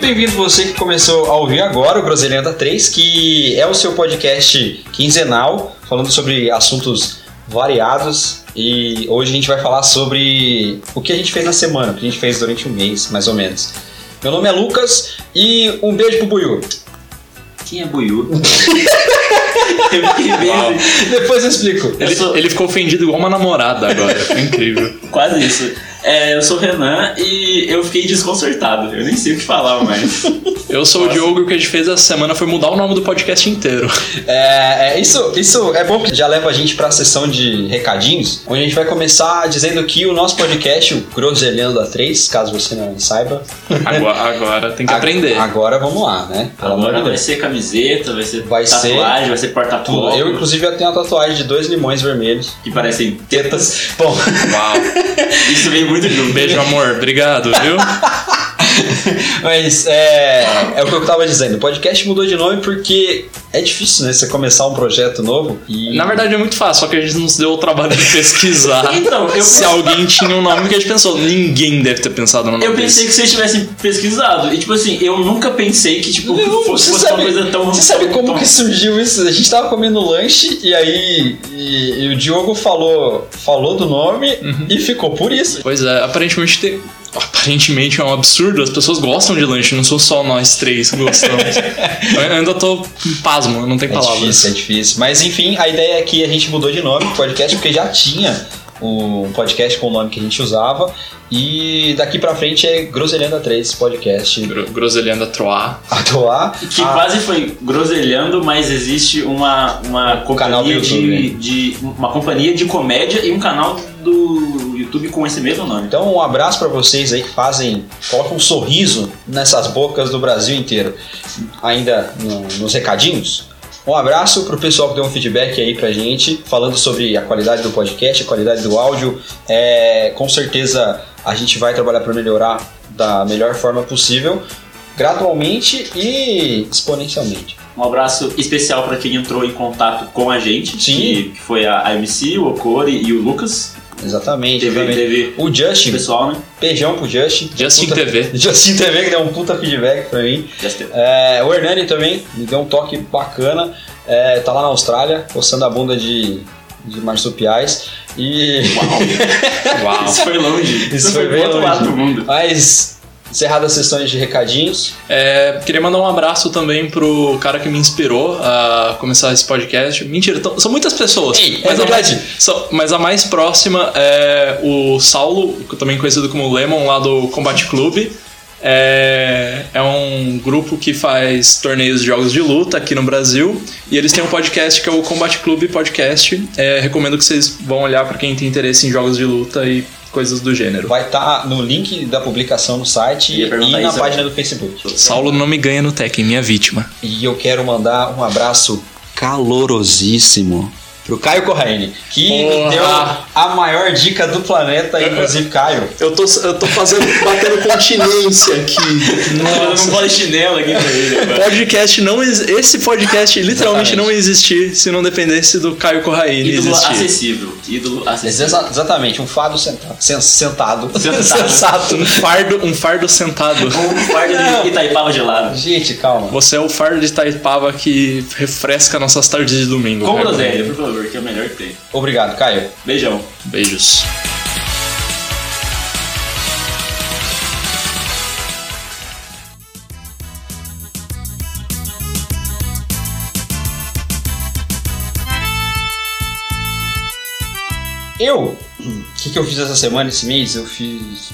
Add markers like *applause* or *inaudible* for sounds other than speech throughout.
bem-vindo você que começou a ouvir agora o Groselhanda 3, que é o seu podcast quinzenal, falando sobre assuntos variados. E hoje a gente vai falar sobre o que a gente fez na semana, o que a gente fez durante um mês, mais ou menos. Meu nome é Lucas e um beijo pro Buiu. *laughs* Quem é *laughs* Buiu? Eu fiquei bem- Uau. Depois eu explico. Ele, Eu sou- ele ficou ofendido igual uma namorada agora. Foi *laughs* incrível. Quase isso. É, eu sou o Renan e eu fiquei desconcertado. Eu nem sei o que falar mais. Eu sou o Diogo e o que a gente fez essa semana foi mudar o nome do podcast inteiro. É, é, isso, isso é bom que já leva a gente para a sessão de recadinhos, onde a gente vai começar dizendo que o nosso podcast, o Groselhando A3, caso você não saiba. Agora, agora tem que a- aprender. Agora vamos lá, né? *laughs* Pelo amor Agora de vai Deus. ser camiseta, vai ser Vai ser- tatuagem, vai ser porta Tudo. Eu, eu... inclusive, já tenho a tatuagem de dois limões vermelhos. *laughs* que parecem tetas. Bom, Uau. *laughs* Isso veio muito de um Um beijo, amor. Obrigado, viu? mas é, é o que eu tava dizendo. O podcast mudou de nome porque é difícil, né? Você começar um projeto novo e. Na verdade é muito fácil, só que a gente não se deu o trabalho de pesquisar. Então, *laughs* eu- se alguém tinha um nome que a gente pensou. Ninguém deve ter pensado no nome Eu pensei que vocês tivessem pesquisado. E tipo assim, eu nunca pensei que tipo, Não, fosse, você fosse uma sabe- coisa tão. Você sabe como tão- que surgiu isso? A gente tava comendo lanche e aí e- e o Diogo falou, falou do nome Uhum. e ficou por isso. Pois é, aparentemente tem- Aparentemente é um absurdo, as pessoas gostam de lanche, não sou só nós três que *laughs* gostamos. eu ainda tô pasmo, não tem É palavras. difícil, é difícil. Mas enfim, a ideia é que a gente mudou de nome pro podcast porque já tinha um podcast com o nome que a gente usava e daqui pra frente é Groselhanda 3 podcast. Ah, Gro- Groselhando a Troar. Atuar. Que quase foi groselhando, mas existe uma, uma Um canal do né? companhia de, de. Uma companhia de comédia e um canal do YouTube com esse mesmo nome. Então um abraço pra vocês aí que fazem, colocam um sorriso nessas bocas do Brasil inteiro. Ainda no- nos recadinhos. Um abraço pro pessoal que deu um feedback aí pra gente, falando sobre a qualidade do podcast, a qualidade do áudio. É, com certeza a gente vai trabalhar para melhorar da melhor forma possível, gradualmente e exponencialmente. Um abraço especial pra quem entrou em contato com a gente, Sim. Que, que foi a a MC, o Okori e o Lucas. Exatamente. Teve, obviamente. teve O o Justin, pessoal, né? beijão pro Justin. Justin Puta- TV. *laughs* Justin TV que deu um puta feedback pra mim. Já esteve. É, o Hernani também me deu um toque bacana. É, tá lá na Austrália, coçando a bunda de, de marsupiais. E. Uau. *laughs* Isso foi longe. Isso foi pro bem outro longe. lado do mundo. *laughs* Mas. Encerradas as sessões de recadinhos. É, queria mandar um abraço também pro cara que me inspirou a começar esse podcast. Mentira, tão- são muitas pessoas. Ei, é a verdade. mais- são- mas a mais próxima é o Saulo, também conhecido como Lemon, lá do Combate Clube. É, é um grupo que faz torneios de jogos de luta aqui no Brasil. E eles têm um podcast que é o Combate Clube Podcast. É, recomendo que vocês vão olhar pra quem tem interesse em jogos de luta e coisas do gênero. Vai estar no link da publicação no site e, Ia perguntar na isso, né? página do Facebook. Saulo não me ganha no Tekken, minha vítima. E eu quero mandar um abraço calorosíssimo pro Caio Corraine, que me Porra. deu a maior dica do planeta, inclusive Caio. Eu tô, eu tô fazendo, batendo continência aqui. Eu não Nossa. vou de chinelo aqui pra ele agora. Podcast não, ex- esse podcast literalmente Exatamente. não ia existir se não dependesse do Caio Corraine Ídolo existir. acessível. Ídolo acessível. Exa- Exatamente, um fado senta- sen- sentado. *laughs* Sentado. Um fardo, um fardo sentado. Um par de Itaipava gelado. Gente, calma. Você é o fardo de Taipava que refresca nossas tardes de domingo. Com Caio groselha, por favor, que é o melhor que tem. Obrigado, Caio. Beijão. Corraine. Beijos. Eu, o que, que eu fiz essa semana, esse mês? Eu fiz.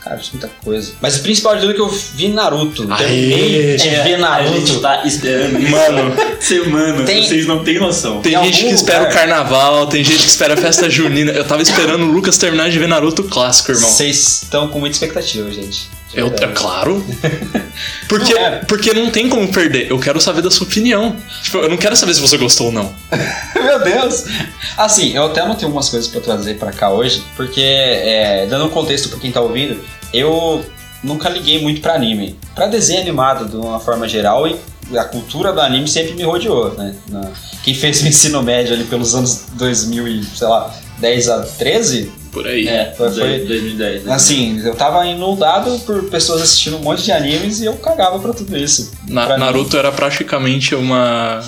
Cara, eu fiz muita coisa. Mas o principal de tudo é que eu vi Naruto. Terminei Aê! de ver a Naruto. gente tá esperando isso. Mano. *laughs* Semana, Tem- vocês não têm noção. Tem Em gente algum que espera lugar. o carnaval, tem gente que espera a festa *laughs* junina. Eu tava esperando o Lucas terminar de ver Naruto clássico, irmão. Vocês estão com muita expectativa, gente. Eu, é *laughs* claro. Porque Não é. porque não tem como perder. Eu quero saber da sua opinião. Tipo, eu não quero saber se você gostou ou não. *laughs* Meu Deus! Assim, eu até anotei umas coisas pra trazer pra cá hoje, porque, é, dando um contexto pra quem tá ouvindo, eu nunca liguei muito pra anime. Pra desenho animado, de uma forma geral, e a cultura do anime sempre me rodeou, né? Na- Quem fez o ensino médio ali pelos anos 2000 e, sei lá, 10 a 13, por aí. É, Foi- foi- 2010. né? Assim, eu tava inundado por pessoas assistindo um monte de animes e eu cagava pra tudo isso. Na- Pra mim. Naruto era praticamente uma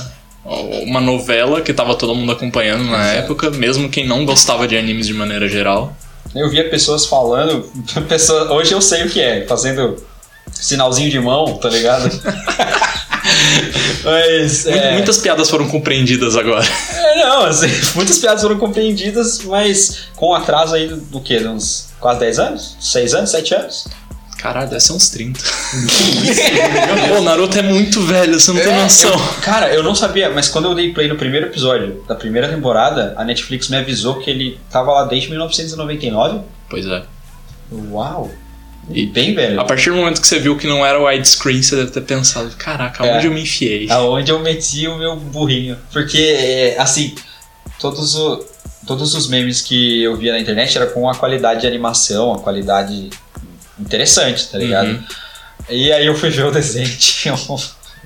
uma novela que tava todo mundo acompanhando na É. época, mesmo quem não gostava de animes de maneira geral. Eu via pessoas falando, *laughs* pessoas, hoje eu sei o que é, fazendo sinalzinho de mão, tá ligado? *laughs* Mas. Mu- é, Muitas piadas foram compreendidas agora. *laughs* é, não, assim, *laughs* muitas piadas foram compreendidas, mas com atraso aí do, do quê? De Uns quase 10 anos? 6 anos? 7 anos? Caralho, deve ser uns 30. Pô, o Naruto é muito velho, você não tem É, noção. eu- cara, eu não sabia, mas quando eu dei play no primeiro episódio da primeira temporada, a Netflix me avisou que ele tava lá desde 1999. Pois é. Uau! E- E bem velho. A partir do momento que você viu que não era widescreen, você deve ter pensado, caraca, É. onde eu me enfiei? Aonde eu meti o meu burrinho. Porque, é, assim, todos, o- todos os memes que eu via na internet era com a qualidade de animação, a qualidade interessante, tá ligado? Uhum. E aí eu fui ver o desenho, *laughs* tinha um,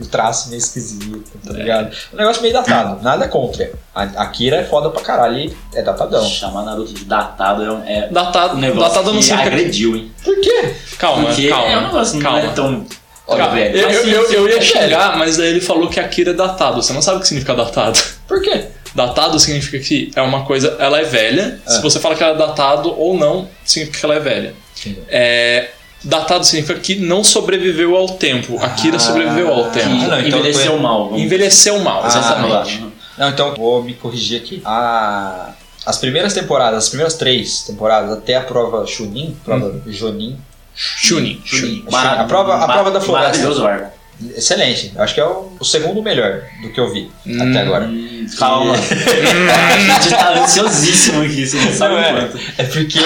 um traço meio esquisito, tá ligado? Um negócio meio datado, nada contra. A a Akira é foda pra caralho e é datadão. Chamar Naruto de datado é um, é Datado, um negócio datado que não é. significa. agrediu, hein? Por quê? Calma, Porque calma. é um negócio que não calma. é tão... Cara, tão velho. eu, Mas eu, sim, eu, sim, eu ia é chegar, mas daí ele falou que Akira é datado. Você não sabe o que significa datado. Por quê? Datado significa que é uma coisa, ela é velha. É. Se você fala que ela é datado ou não, significa que ela é velha. Entendi. É, datado significa que não sobreviveu ao tempo. Akira sobreviveu velho. ao tempo. Ah, não, então envelheceu foi- mal. vamos- Envelheceu mal, Ah, exatamente. tá. Não, então vou me corrigir aqui. A- as primeiras temporadas, as primeiras três temporadas, até a prova Chunin, prova Jonin, Chunin. Chunin. Chunin. A prova- a Mar- prova da floresta. Maravilhoso arco. excelente. Eu Acho que é o, o segundo melhor do que eu vi até agora. Calma. Hum, *laughs* a gente tá ansiosíssimo aqui, você não sabe Não, é. o quanto. É porque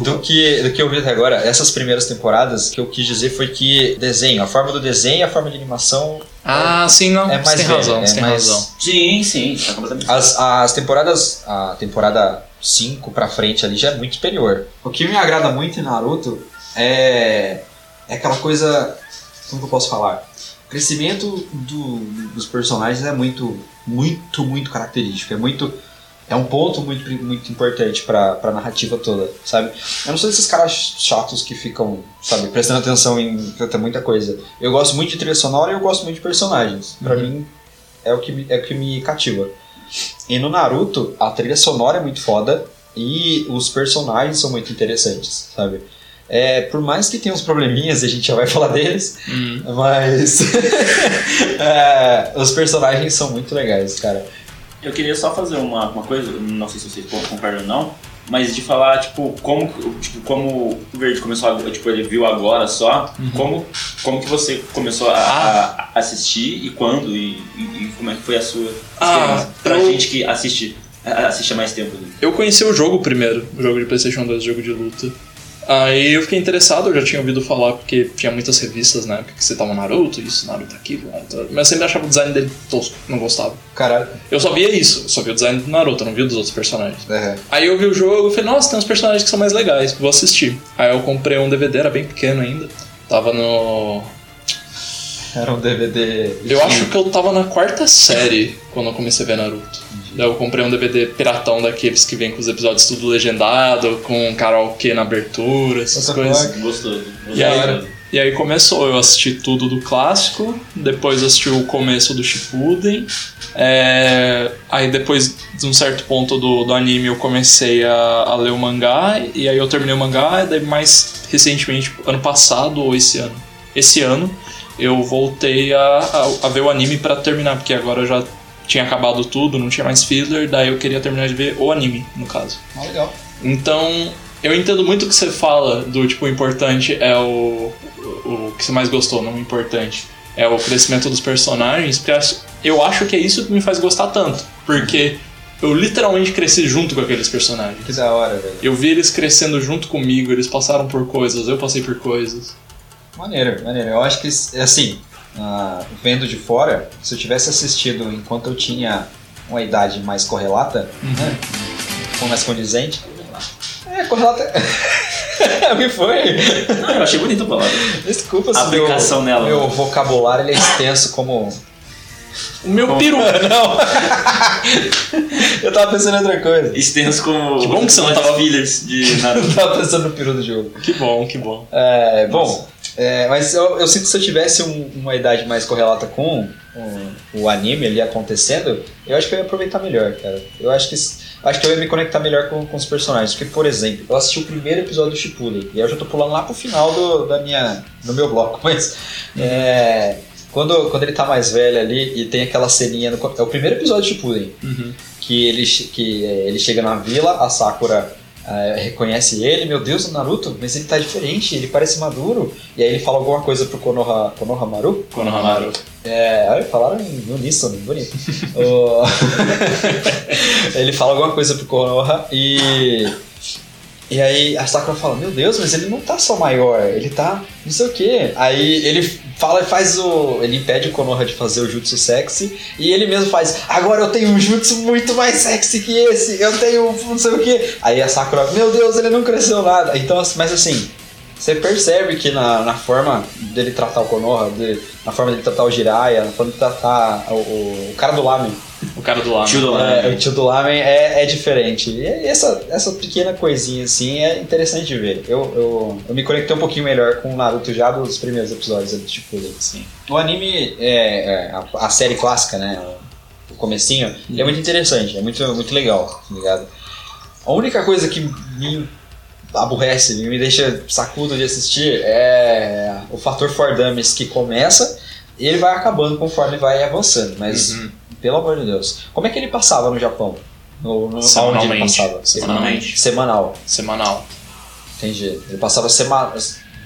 do que, do que eu vi até agora, essas primeiras temporadas, o que eu quis dizer foi que desenho, a forma do desenho e a forma de animação Ah, sim, não. é mais você tem velha, razão, é você tem mais- razão. Sim, sim, tá completamente As, as temporadas, a temporada 5 pra frente ali já é muito superior. O que me agrada muito em Naruto é, é aquela coisa. Como que eu posso falar? O crescimento do- dos personagens é muito, muito, muito característico. É muito. É um ponto muito, muito importante pra, pra narrativa toda, sabe? Eu não sou desses caras chatos que ficam, sabe, prestando atenção em tanta- muita coisa. Eu gosto muito de trilha sonora e eu gosto muito de personagens. Pra Uhum. mim, é o, que me, é o que me cativa. E no Naruto, a trilha sonora é muito foda e os personagens são muito interessantes, sabe? É, por mais que tenha uns probleminhas, e a gente já vai *laughs* falar deles, Hum. mas *laughs* é, os personagens são muito legais, cara. Eu queria só fazer uma, uma coisa, não sei se vocês con- concordam ou não, mas de falar, tipo, como, tipo, como o Verde começou, a, tipo, ele viu agora só, Uhum. como, como que você começou a, Ah. a- a assistir e quando, e, e- e como é que foi a sua Ah, experiência pra eu- gente que assiste, a- assiste há mais tempo. né? Eu conheci o jogo primeiro, o jogo de PlayStation 2, o jogo de luta. Aí eu fiquei interessado, eu já tinha ouvido falar, porque tinha muitas revistas na época que citavam Naruto, isso, Naruto aquilo, Naruto. Mas eu sempre achava o design dele tosco, não gostava. Caralho. Eu só via isso, eu só via o design do Naruto, eu não via dos outros personagens. É. Aí eu vi o jogo e falei, nossa, tem uns personagens que são mais legais, vou assistir. Aí eu comprei um DVD, era bem pequeno ainda. Tava no. Era um DVD. Eu acho que eu tava na quarta série quando eu comecei a ver Naruto. Daí eu comprei um DVD piratão daqueles que vem com os episódios tudo legendado, com karaokê na abertura, essas What the coisas. fuck? Gostoso. gostoso. E aí, e aí começou, eu assisti tudo do clássico, depois assisti o começo do Shippuden, é, aí depois de um certo ponto do, do anime eu comecei a, a ler o mangá, e aí eu terminei o mangá, e daí mais recentemente, tipo, ano passado ou esse ano, esse ano, eu voltei a, a, a ver o anime pra terminar, porque agora eu já tinha acabado tudo, não tinha mais filler, daí eu queria terminar de ver o anime, no caso. Ah, legal. Então, eu entendo muito o que você fala do tipo, o importante é o, o, o que você mais gostou, não o importante. É o crescimento dos personagens, porque eu acho- eu acho que é isso que me faz gostar tanto. Porque eu literalmente cresci junto com aqueles personagens. Que da hora, velho. Eu vi eles crescendo junto comigo, eles passaram por coisas, eu passei por coisas. Maneiro, maneiro. Eu acho que, assim, ah, vendo de fora, se eu tivesse assistido enquanto eu tinha uma idade mais correlata, né? Ou mais condizente. É, correlata. *laughs* O que foi? Não, eu achei bonita a palavra. Desculpa A se meu, aplicação nela. meu vocabulário ele é extenso como *laughs* O meu peru. *laughs* Não. *laughs* eu tava pensando em outra coisa. Extenso como. Que bom que você não tava- fillers de Naruto. Eu tava pensando no peru do jogo. Que bom, que bom. É, bom, Nossa. é, mas eu, eu sinto que se eu tivesse um- uma idade mais correlata com o, o anime ali acontecendo, eu acho que eu ia aproveitar melhor, cara. Eu acho que s- acho que eu ia me conectar melhor com, com os personagens. Porque, por exemplo, eu assisti o primeiro episódio do Shippuden, e aí eu já tô pulando lá pro final do, da minha, do meu bloco, *laughs* mas... é, quando, quando ele tá mais velho ali e tem aquela ceninha... No, co- é o primeiro episódio do Shippuden Uhum. que ele, che- que eh, ele chega na vila, a Sakura eh, reconhece ele, meu Deus, o Naruto, mas ele tá diferente, ele parece maduro. E aí ele fala alguma coisa pro Konoha, Konoha Maru. Konohamaru. É, olha, falaram em uníssono, bonito. O- *laughs* ele fala alguma coisa pro Konoha e. E aí a Sakura fala, meu Deus, mas ele não tá só maior, ele tá não sei o quê. Aí ele fala e faz o. Ele impede o Konoha de fazer o jutsu sexy. E ele mesmo faz, agora eu tenho um jutsu muito mais sexy que esse, eu tenho um não sei o quê. Aí a Sakura, meu Deus, ele não cresceu nada. Então, assim, mas assim, você percebe que na, na forma dele tratar o Konoha, de- na forma dele tratar o Jiraiya, na forma de tratar o, o- o cara do Lamen, O cara do lado. Tio do é, Lamen. o tio do Lamen é, é diferente. E essa, essa pequena coisinha assim é interessante de ver. Eu, eu, eu me conectei um pouquinho melhor com o Naruto já dos primeiros episódios do tipo assim. O anime, é, é, a, a série clássica, né? O comecinho, ele é muito interessante, é muito, muito legal, tá ligado? A única coisa que me aborrece, me deixa sacudo de assistir é o fator Fordames que começa e ele vai acabando conforme vai avançando, mas Uhum. pelo amor de Deus. Como é que ele passava no Japão? No, no Semanalmente. aonde ele passava? Semanalmente. Semanal. Semanal. Entendi. Ele passava semanal.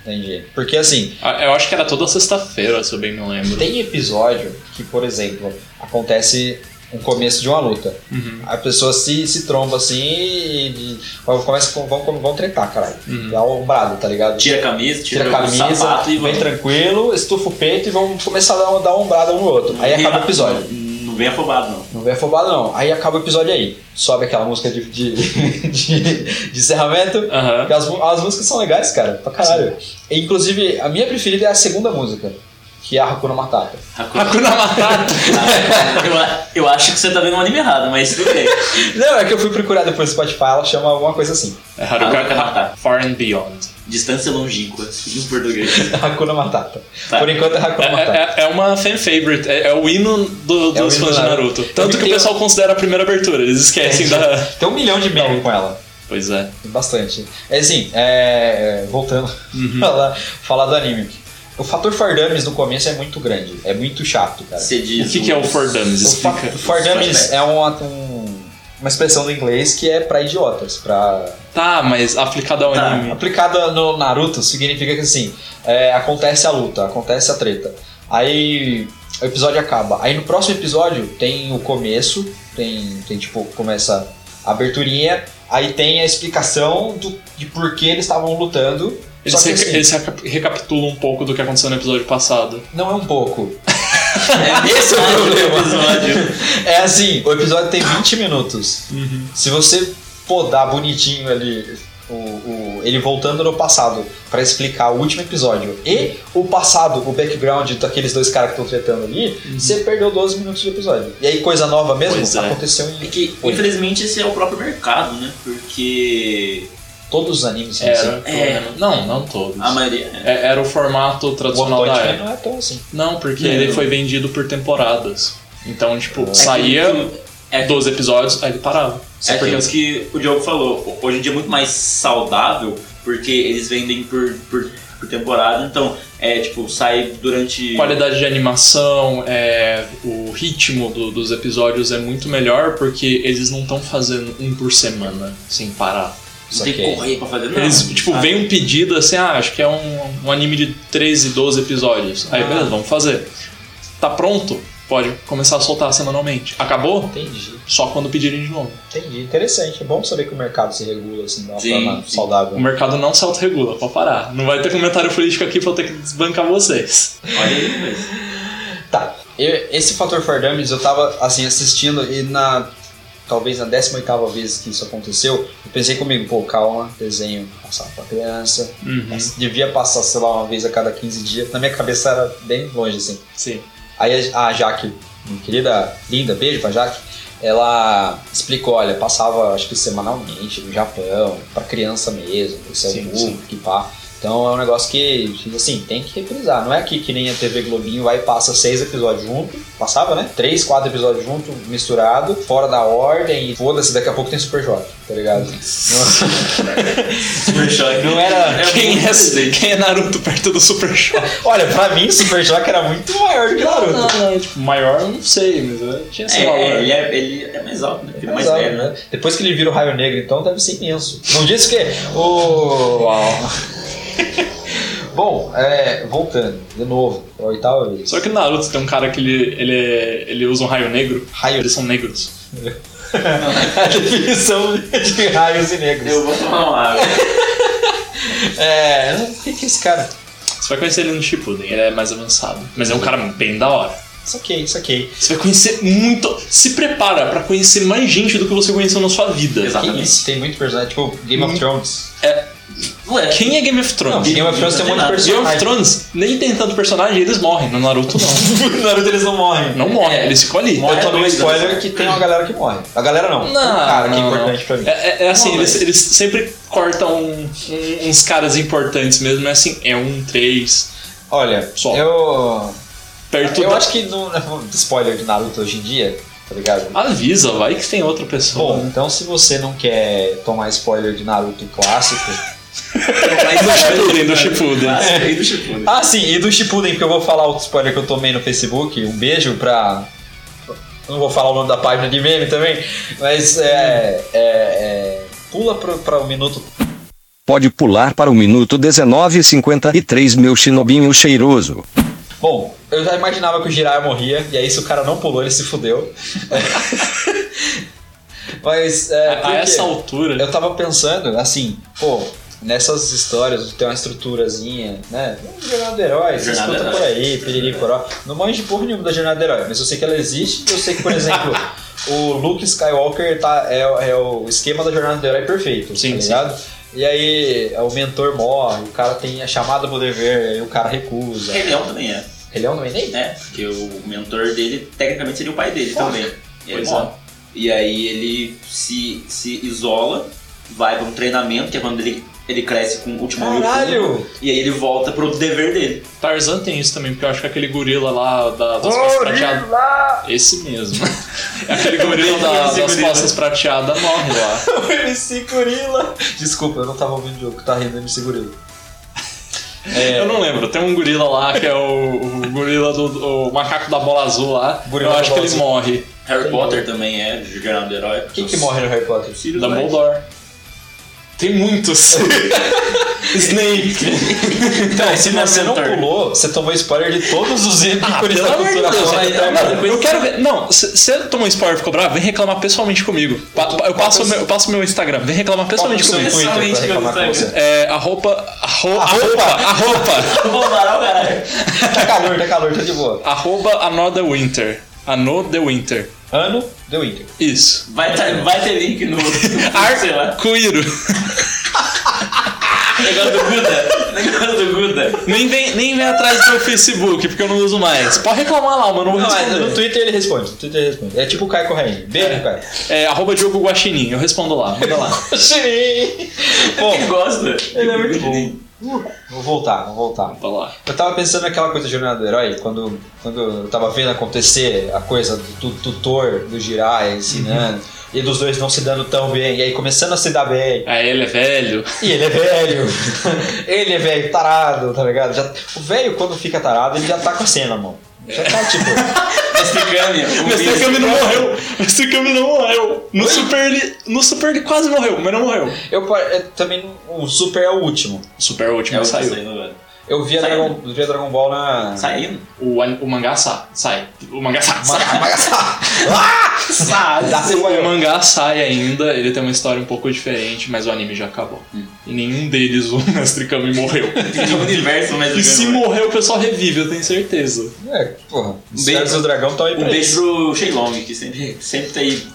Entendi. Porque assim, Ah, Eu acho que era toda sexta-feira, se eu bem me lembro. tem episódio que, por exemplo, acontece um começo de uma luta. Uhum. A pessoa se, se tromba assim e e começa com. Vão, vão tretar, caralho. Uhum. Dá um brado, tá ligado? Tira a camisa, Tira tira, a o camisa, sapato e vem vai tranquilo, estufa o peito e vão começar a dar uma- dar um brado um no outro. Aí acaba o episódio. Não vem afobado, não. Não vem afobado, não. Aí acaba o episódio aí. Sobe aquela música de, de, de, de encerramento. Aham. Porque As, mu- as músicas são legais, cara, pra caralho. E, inclusive, a minha preferida é a segunda música, que é a Hakuna Matata. Hakuna Matata. *laughs* eu, eu acho que você tá vendo um anime errado, mas tudo bem. Não, é que eu fui procurar depois no Spotify, ela chama alguma coisa assim. *laughs* É Haruka Matata. Haruka Far and Beyond. Distância longínqua, em português. Hakuna Matata. Tá. Por enquanto é Hakuna Matata. É, é- é uma fan favorite, é, é o hino do- É o dos hino fãs do de Naruto. Naruto. Eu vi Tanto que o que pessoal considera a primeira abertura, eles esquecem É. *laughs* da. Tem um milhão de meme com ela. Pois é. Bastante. É assim, é, é, voltando *laughs* a falar, falar do anime. O fator Fardames no começo é muito grande. É muito chato, cara. Você O diz. que, que é o For Dummies? O fa- Explica. For dummies é uma, um- uma expressão do inglês que é pra idiotas, pra Tá, mas aplicado ao Tá. anime. aplicada no Naruto significa que assim é, acontece a luta, acontece a treta. Aí o episódio acaba. Aí no próximo episódio tem o começo, tem, tem tipo começa a aberturinha, aí tem a explicação do, de por que eles estavam lutando. Eles, Só que reca- assim, eles reca- recapitulam um pouco do que aconteceu no episódio passado. não é um pouco. *laughs* É, Esse é o problema. episódio. É assim, o episódio tem 20 minutos. Uhum. Se você podar bonitinho ali o, o- ele voltando no passado pra explicar o último episódio e o passado, o background daqueles dois caras que estão tretando ali, você perdeu 12 minutos de episódio. E aí, coisa nova mesmo Uhum. Pois é. aconteceu É em que, Oi. infelizmente, esse é o próprio mercado, né? Porque todos os animes. são assim. Era. É. Ah, Não, não todos. a maioria. É- Era o formato O One tradicional da Punch Man época. não é tão assim. Não, porque Não. ele foi vendido por temporadas. Então, tipo, saía É, que- 12 episódios, aí ele parava. é Só porque- aquilo que o Diogo falou. Hoje em dia é muito mais saudável, porque eles vendem por, por, por temporada. Então, é tipo, sai durante. qualidade de animação, é, o ritmo do- dos episódios é muito melhor porque eles não estão fazendo um por semana sem parar. Não tem que Saquei. correr pra fazer nada. Eles, tipo, sabe? vem um pedido assim, ah, acho que é um, um anime de 13, 12 episódios. Aí, Ah. beleza, vamos fazer. Tá pronto? Pode começar a soltar semanalmente. Acabou? Entendi, Só quando pedirem de novo. entendi. Interessante. É bom saber que o mercado se regula assim de uma Sim, forma sim. saudável. O mercado não se autorregula, pode parar. Não vai ter comentário político aqui pra eu ter que desbancar vocês. Olha aí, mas- Tá. Eu- esse fator for dummies eu tava assim assistindo e na talvez na 18ª vez que isso aconteceu, eu pensei comigo, pô, calma, desenho passar pra criança, Uhum. mas devia passar, sei lá, uma vez a cada 15 dias. Na minha cabeça era bem longe assim. Sim. Aí a, a Jaque minha querida, linda, beijo pra Jaque, ela explicou, olha, passava acho que semanalmente no Japão, pra criança mesmo, isso é Sim, público e pá. Então é um negócio que, assim, tem que reprisar. Não é que, que nem a TV Globinho vai e passa seis episódios junto. Passava, né? Três, quatro episódios junto, misturado, fora da ordem. E foda-se, daqui a pouco tem Super Choque, tá ligado? Não- Super choque. Não era... Quem é, quem é Naruto perto do Super Choque? *laughs* Olha, pra mim Super Choque era muito maior do que Naruto. não, tipo, maior eu não sei, mas eu tinha É, é, ele, é, ele é mais alto, né? Ele é mais Exato, velho, né? né? Depois que ele vira o raio negro, então deve ser imenso. Não disse que. O. *laughs* Bom, é, voltando, de novo, é a oitava vez. Só que no Naruto tem um cara que ele, ele, é- ele usa um raio negro. Raio. Eles são negros. *laughs* A definição de raios e negros. Eu vou tomar uma água. É. O que que é esse cara? Você vai conhecer ele no Shippuden, ele é mais avançado. Mas é um cara bem da hora. Saquei, saquei. Você vai conhecer muito. Se prepara pra conhecer mais gente do que você conheceu na sua Exato. vida. Que é Exatamente. isso? Tem muito personagem, tipo Game of Tá. Hum. Thrones. Ué, Quem é Game of Não, Thrones? Game of Thrones tem um monte de Não tem Game of personagem. Thrones nem tem tanto personagem, eles morrem. No *laughs* Naruto não. Naruto eles não morrem. Não morrem, eles ficam ali. Morre Eu tomei um dois, spoiler né? que tem uma galera que morre. A galera não. Um cara que é importante pra mim. É, é- é assim, Não, eles, mas- eles sempre cortam um- uns caras importantes mesmo, é assim, é um, três, Olha, Só. eu. perto Eu da... acho que não é um spoiler de Naruto hoje em dia, tá ligado? Ah, Avisa, vai que tem outra pessoa. *laughs* Bom, então se você não quer tomar spoiler de Naruto clássico. Mas do Shippuden, do Shippuden. É, do Shippuden. ah, sim, e do Shippuden, porque eu vou falar outro spoiler que eu tomei no Facebook. Um beijo pra. Não vou falar o nome da página de meme também, mas é. é, é... Pula pro, pra um minuto. Pode pular para o minuto 19:53, meu shinobinho cheiroso. Bom, eu já imaginava que o Jiraiya morria, e aí se o cara não pulou, ele se fudeu. *laughs* mas. É, por a quê? Ah, essa altura, Eu tava pensando, assim, pô, nessas histórias tem uma estruturazinha, né? Jornada do Herói, você Jornada escuta do por aí, piriri poró. Não manjo de porra nenhuma da Jornada do Herói, mas eu sei que ela existe. Eu sei que, por exemplo, o Luke Skywalker tá, é, é o esquema da Jornada do Herói perfeito, Sim, tá sim. ligado? E aí é, o mentor morre, o cara tem a chamada pro dever, aí o cara recusa. Rei Leão também é. Ele é um nome nem? né? Porque o mentor dele, tecnicamente, seria o pai dele Porra. também. E ele Pois morre. é. E aí ele se, se isola, vai pra um treinamento, que é quando ele, ele cresce com o último Caralho! Yukon, E aí ele volta pro dever dele. Tarzan tem isso também, porque eu acho que aquele gorila lá da- das costas prateadas... Esse mesmo. É aquele gorila da- Esse das gorila. costas prateadas morre lá. *laughs* O MC Gorila! Desculpa, eu não tava ouvindo o jogo, tá rindo do MC Gorila. É. Eu não lembro, tem um gorila lá que é o, o gorila do o macaco da bola azul lá. Gorila eu da acho que bola ele azul. morre. Harry Potter também é jornal do herói. Quem que morre no Harry Potter? Sirius Black. *laughs* Dumbledore. Tem *laughs* muitos. Snake. Então, se Esse não é você não mentor. pulou, você tomou spoiler de todos os ícones da cultura pop, então, mano. Mano, eu quero ver. Não, se você tomou spoiler e ficou bravo, vem reclamar pessoalmente comigo. Pa- pa- Eu passo, o meu, eu passo o meu Instagram, vem reclamar pessoalmente Qual que é o comigo. seu Twitter pra reclamar com você? É, a roupa. A, ro- a roupa, a roupa. Bolsonaro, caralho. Tá calor, tá calor, tá de boa. *laughs* Arroba Another Winter. Ano The Winter. Ano, The Winter. Isso. Vai, tá- vai ter link no. sei lá. Arco-íro. Negócio do Guda. Negócio do Guda. Nem vem, nem vem atrás do meu Facebook, porque eu não uso mais. Pode reclamar lá, mano. eu Não vou Não, mas é. responder. no Twitter ele responde. No Twitter ele responde. É tipo o Caio Correia. Beijo, Caio. É, arroba Diogo Guaxinim, eu respondo lá, manda lá. *laughs* Sim. Quem Bom, gosta? ele é muito bom. Vou voltar, vou voltar. Manda lá. Eu tava pensando naquela coisa de Jornada do Herói, quando, quando eu tava vendo acontecer a coisa do, do tutor, do Jiraiya ensinando, e dos dois não se dando tão bem, e aí começando a se dar bem, Aí ele é velho. E ele é velho. *laughs* ele é velho, tarado, tá ligado? Já- o velho, quando fica tarado, ele já tá com a cena, mano. Já tá *laughs* tipo. Mestre Kami. o Mas Vinicius- *laughs* Kami não morreu. Mas Kami não morreu. No Super ele. No Super ele quase morreu, mas não morreu. eu pa- é, também. não- O Super é o último. Super último É o que tá saiu. saindo agora. Eu via Sai, Dragon, via Dragon Ball na. Saindo? O, an- o mangá sa- sai. O mangá sa- sai. Mangá, mangá, ah! Sai. Dá seu O banho. mangá sai ainda, ele tem uma história um pouco diferente, mas o anime já acabou. E nenhum deles, o *laughs* Mestre Kami, morreu. Tem um universo, mas E se morrer, o pessoal revive, eu tenho certeza. É, porra. Os Um beijo. caras do dragão estão aí pra Um isso. beijo pro Shenlong, que sempre, sempre tá aí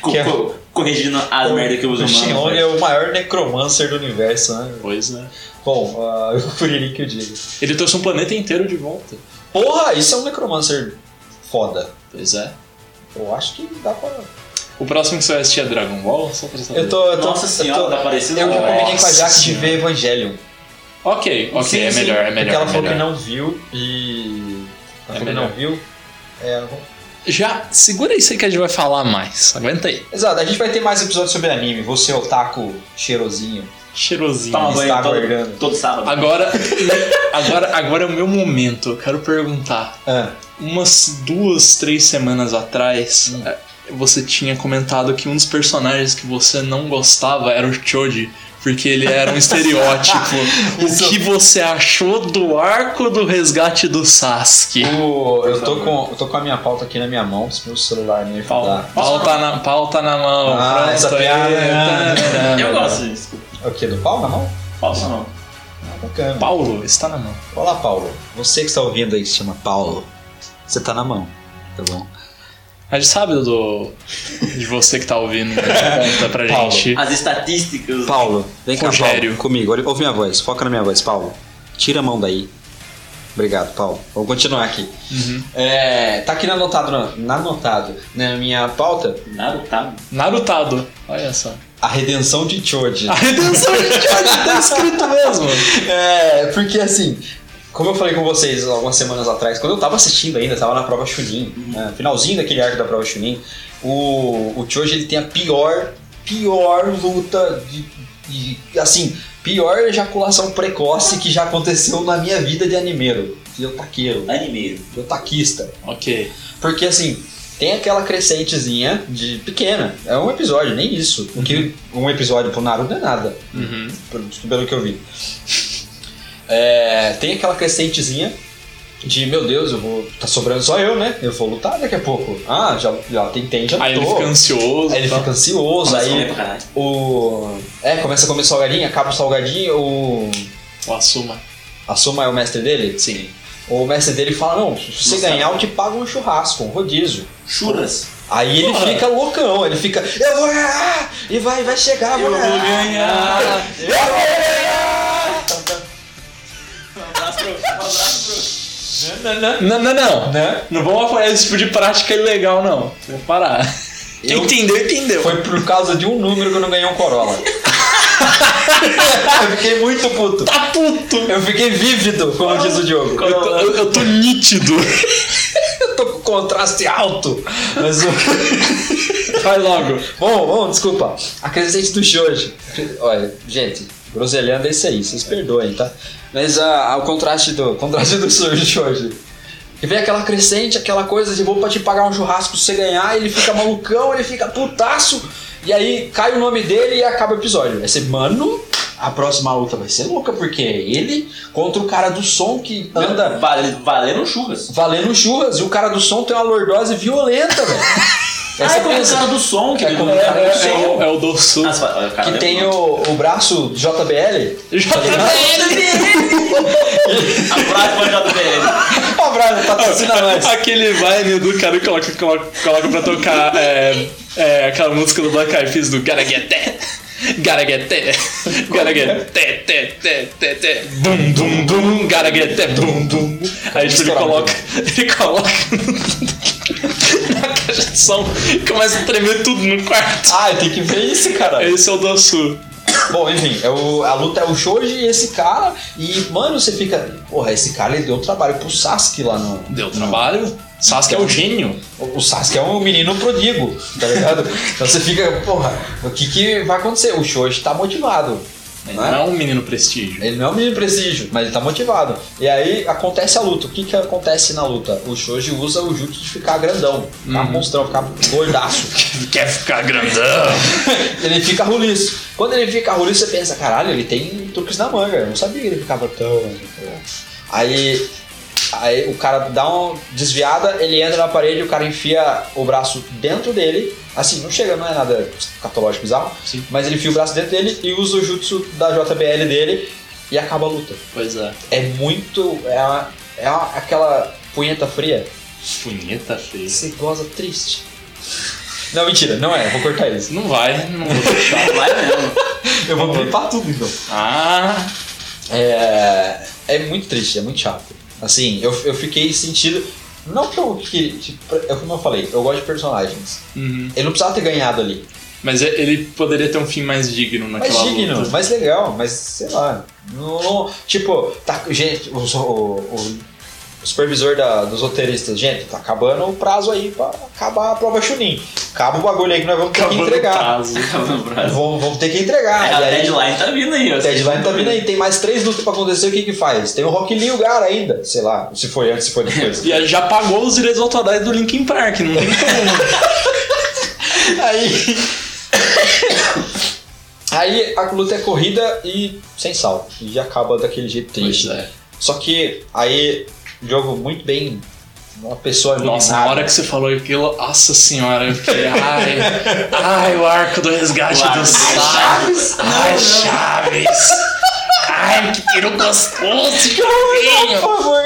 co- Que é- co- corrigindo as merdas que os O humanos Shenlong é fazem. o maior necromancer do universo, né? Pois né? Bom, ah, *laughs* o Kuririn que eu digo. Ele trouxe um planeta inteiro de volta. Porra, isso é um necromancer foda. Pois é. Eu acho que dá pra. O próximo que você vai assistir é Dragon Ball? Só pra saber. Eu tô. Eu tô Nossa senhora, eu tô, tá parecendo eu já Nossa combinei com a Jaque de Senhora. ver Evangelion. Ok, ok, Sim, é sim. melhor, é melhor. porque ela é falou melhor. que não viu e. Ela falou É que não melhor. viu. É, Já, segura isso aí que a gente vai falar mais. Aguenta aí. Exato, a gente vai ter mais episódios sobre anime. Você, otaku cheirosinho, Cheirosinho. Toma Está banho todo, aguardando. todo sábado. Tá. Agora, *laughs* agora, agora é o meu momento. Eu quero perguntar. Ah, Umas duas, três semanas atrás, eh, você tinha comentado que um dos personagens que você não gostava era o Choji. Porque ele era um estereótipo. Isso. O que você achou do arco do resgate do Sasuke? Hum, o- eu, tô favor. com, eu tô com a minha pauta aqui na minha mão, se meu celular me Pau, ajudar. pau, tá na, pau tá na mão. Ah, pronto, essa aí, piada. né? tá. *laughs* Eu gosto disso. É O que? Do pau na mão? Falso não. Ah, Bacana. Paulo, está na mão. Olá, Paulo. Você que está ouvindo aí, se chama Paulo. Você tá na mão, tá bom? A gente sabe do. de você que tá ouvindo, né? conta pra Paulo. gente. As estatísticas. Paulo, vem cá, Rogério. Paulo, comigo. Olha, ouve minha voz, foca na minha voz, Paulo. Tira a mão daí. Obrigado, Paulo. Vamos continuar aqui. É, tá aqui na anotado, na- na anotado na minha pauta Narutado. Narutado. Olha só. a redenção de Choji. *laughs* A redenção de Jordan tá escrito mesmo. É, porque assim, como eu falei com vocês algumas semanas atrás, quando eu tava assistindo ainda, tava na prova Chunin, né, finalzinho daquele arco da prova Chunin, o, o Choji ele tem a pior, pior luta de, de- assim, pior ejaculação precoce que já aconteceu na minha vida de animeiro, de otaqueiro, né, Animeiro. de otaquista. Ok. Porque assim, tem aquela crescentezinha de pequena, é um episódio, nem isso. O que um episódio pro Naruto não é nada Uhum. pelo- pelo que eu vi. É, tem aquela crescentezinha de, meu Deus, eu vou. Tá sobrando só eu, né? Eu vou lutar daqui a pouco. Ah, já, já tentei, já Aí ele tô. fica ansioso. Aí ele tá? fica ansioso, Nossa, eu aí lembro, caralho. o. É, começa a comer salgadinho, acaba o salgadinho, o. O Asuma. A Soma é o mestre dele? Sim. O mestre dele fala: não, se você Nossa. ganhar, eu te pago um churrasco, um rodízio. Churas. Aí ele Porra. fica loucão, ele fica, eu vou ganhar! E vai, vai chegar, Eu vou ganhar. Eu vou ganhar! Um abraço pro. Um abraço Não, não, não. Né? Não vamos apoiar esse tipo de prática ilegal, não. Vou parar. Quem Eu- entendeu, entendeu. Foi por causa de um número que eu não ganhei um Corolla. eu fiquei muito puto. Tá puto. Eu fiquei vívido, como diz o Diogo. Eu tô, eu- eu tô nítido. Eu tô com contraste alto. Mas o... Vai logo. Bom, bom, desculpa. A crescente do Jorge. Olha, gente, groselhando é isso aí, vocês perdoem, tá? Mas ah, ah, o contraste do contraste do Jorge. E vem aquela crescente, aquela coisa de vou pra te pagar um churrasco pra você ganhar, ele fica malucão, ele fica putaço, e aí cai o nome dele e acaba o episódio. Aí você, mano, a próxima luta vai ser louca, porque é ele contra o cara do som que pro. anda Vale, valendo churras. valendo churras, e o cara do som tem uma lordose violenta, velho. Aí Ah, você é como o pensa, cara do som, que É como o cara do É, som. o- é o Dossu. Ah, você fala, olha, o cara que é tem bom. o, o braço JBL. Já tá *laughs* A próxima já do *laughs* BL. o Brian tá *laughs* patrocina nós. Aquele vibe do cara que coloca, coloca, coloca pra tocar é, é, aquela música do Black Eyed Peas do Gotta Get That. Gotta get that, gotta get that, that, that, that, that, bum, bum, bum, gotta get that, bum, bum. Aí tipo, ele Misturado. coloca, ele coloca na caixa de som e começa a tremer tudo no quarto. Ah, tem que ver isso, cara. Esse é o Dossu. Bom, enfim, é o- a luta é o Shoji e esse cara. E, mano, você fica. Porra, esse cara ele deu trabalho pro Sasuke lá no. Deu trabalho. Sasuke é o gênio. O Sasuke é um menino prodigo, tá *laughs* ligado? então você fica, porra, o que, que vai acontecer? O Shoji tá motivado. Não é um menino prestígio. Ele não é um menino prestígio, mas ele tá motivado. E aí acontece a luta. O que que acontece na luta? O Shoji usa o jutsu de ficar grandão, ficar monstrão, ficar gordaço. *laughs* Quer ficar grandão? ele fica roliço. Quando ele fica roliço, você pensa, caralho, ele tem truques na manga. Eu não sabia que ele ficava tão. Aí. Aí o cara dá uma desviada, ele entra na parede, o cara enfia o braço dentro dele. Assim, não chega, não é nada catológico bizarro. Sim. Mas ele enfia o braço dentro dele e usa o jutsu da JBL dele e acaba a luta. Pois é. É muito. É, uma- é uma- aquela punheta fria. Punheta feia. Você goza triste. Não, mentira, não é. eu Vou cortar isso. Não vai, né? não vou deixar. Vai mesmo. *laughs* Eu vou blipar tudo então. Ah, É, é muito triste, é muito chato. Assim, eu, eu fiquei sentindo. Não que eu queria. Tipo, é como eu falei, eu gosto de personagens. Ele não precisava ter ganhado ali. Uhum. Mas e- ele poderia ter um fim mais digno Mais naquela digno, luta. mais legal, mas sei lá. Não, não- tipo, tá, gente, os- o, o- o supervisor da- dos roteiristas, gente, tá acabando o prazo aí pra acabar a prova Chunin. Acaba o bagulho aí que nós vamos ter que Acabando o entregar. prazo. É, Acabando o prazo. Vamos, vamos ter que entregar. a Ah, E aí- deadline tá vindo aí, ó. A deadline tá vindo aí, tem mais três lutas pra acontecer, o que que faz? Tem o Rock Lee e o Gara ainda, sei lá, se foi antes, se foi *laughs* depois. E aí já pagou os direitos autorais do Linkin Park, não tem como. aí. aí a luta é corrida e sem sal. E acaba daquele jeito triste. é. Só que aí, jogo muito bem. Uma pessoa Nossa, na iluminada. hora que você falou aquilo, nossa senhora, eu fiquei, ai, ai, o arco do resgate O arco do do Chaves. Ai, Chaves. Ai, que tiro gostoso, Por Chavinho. favor.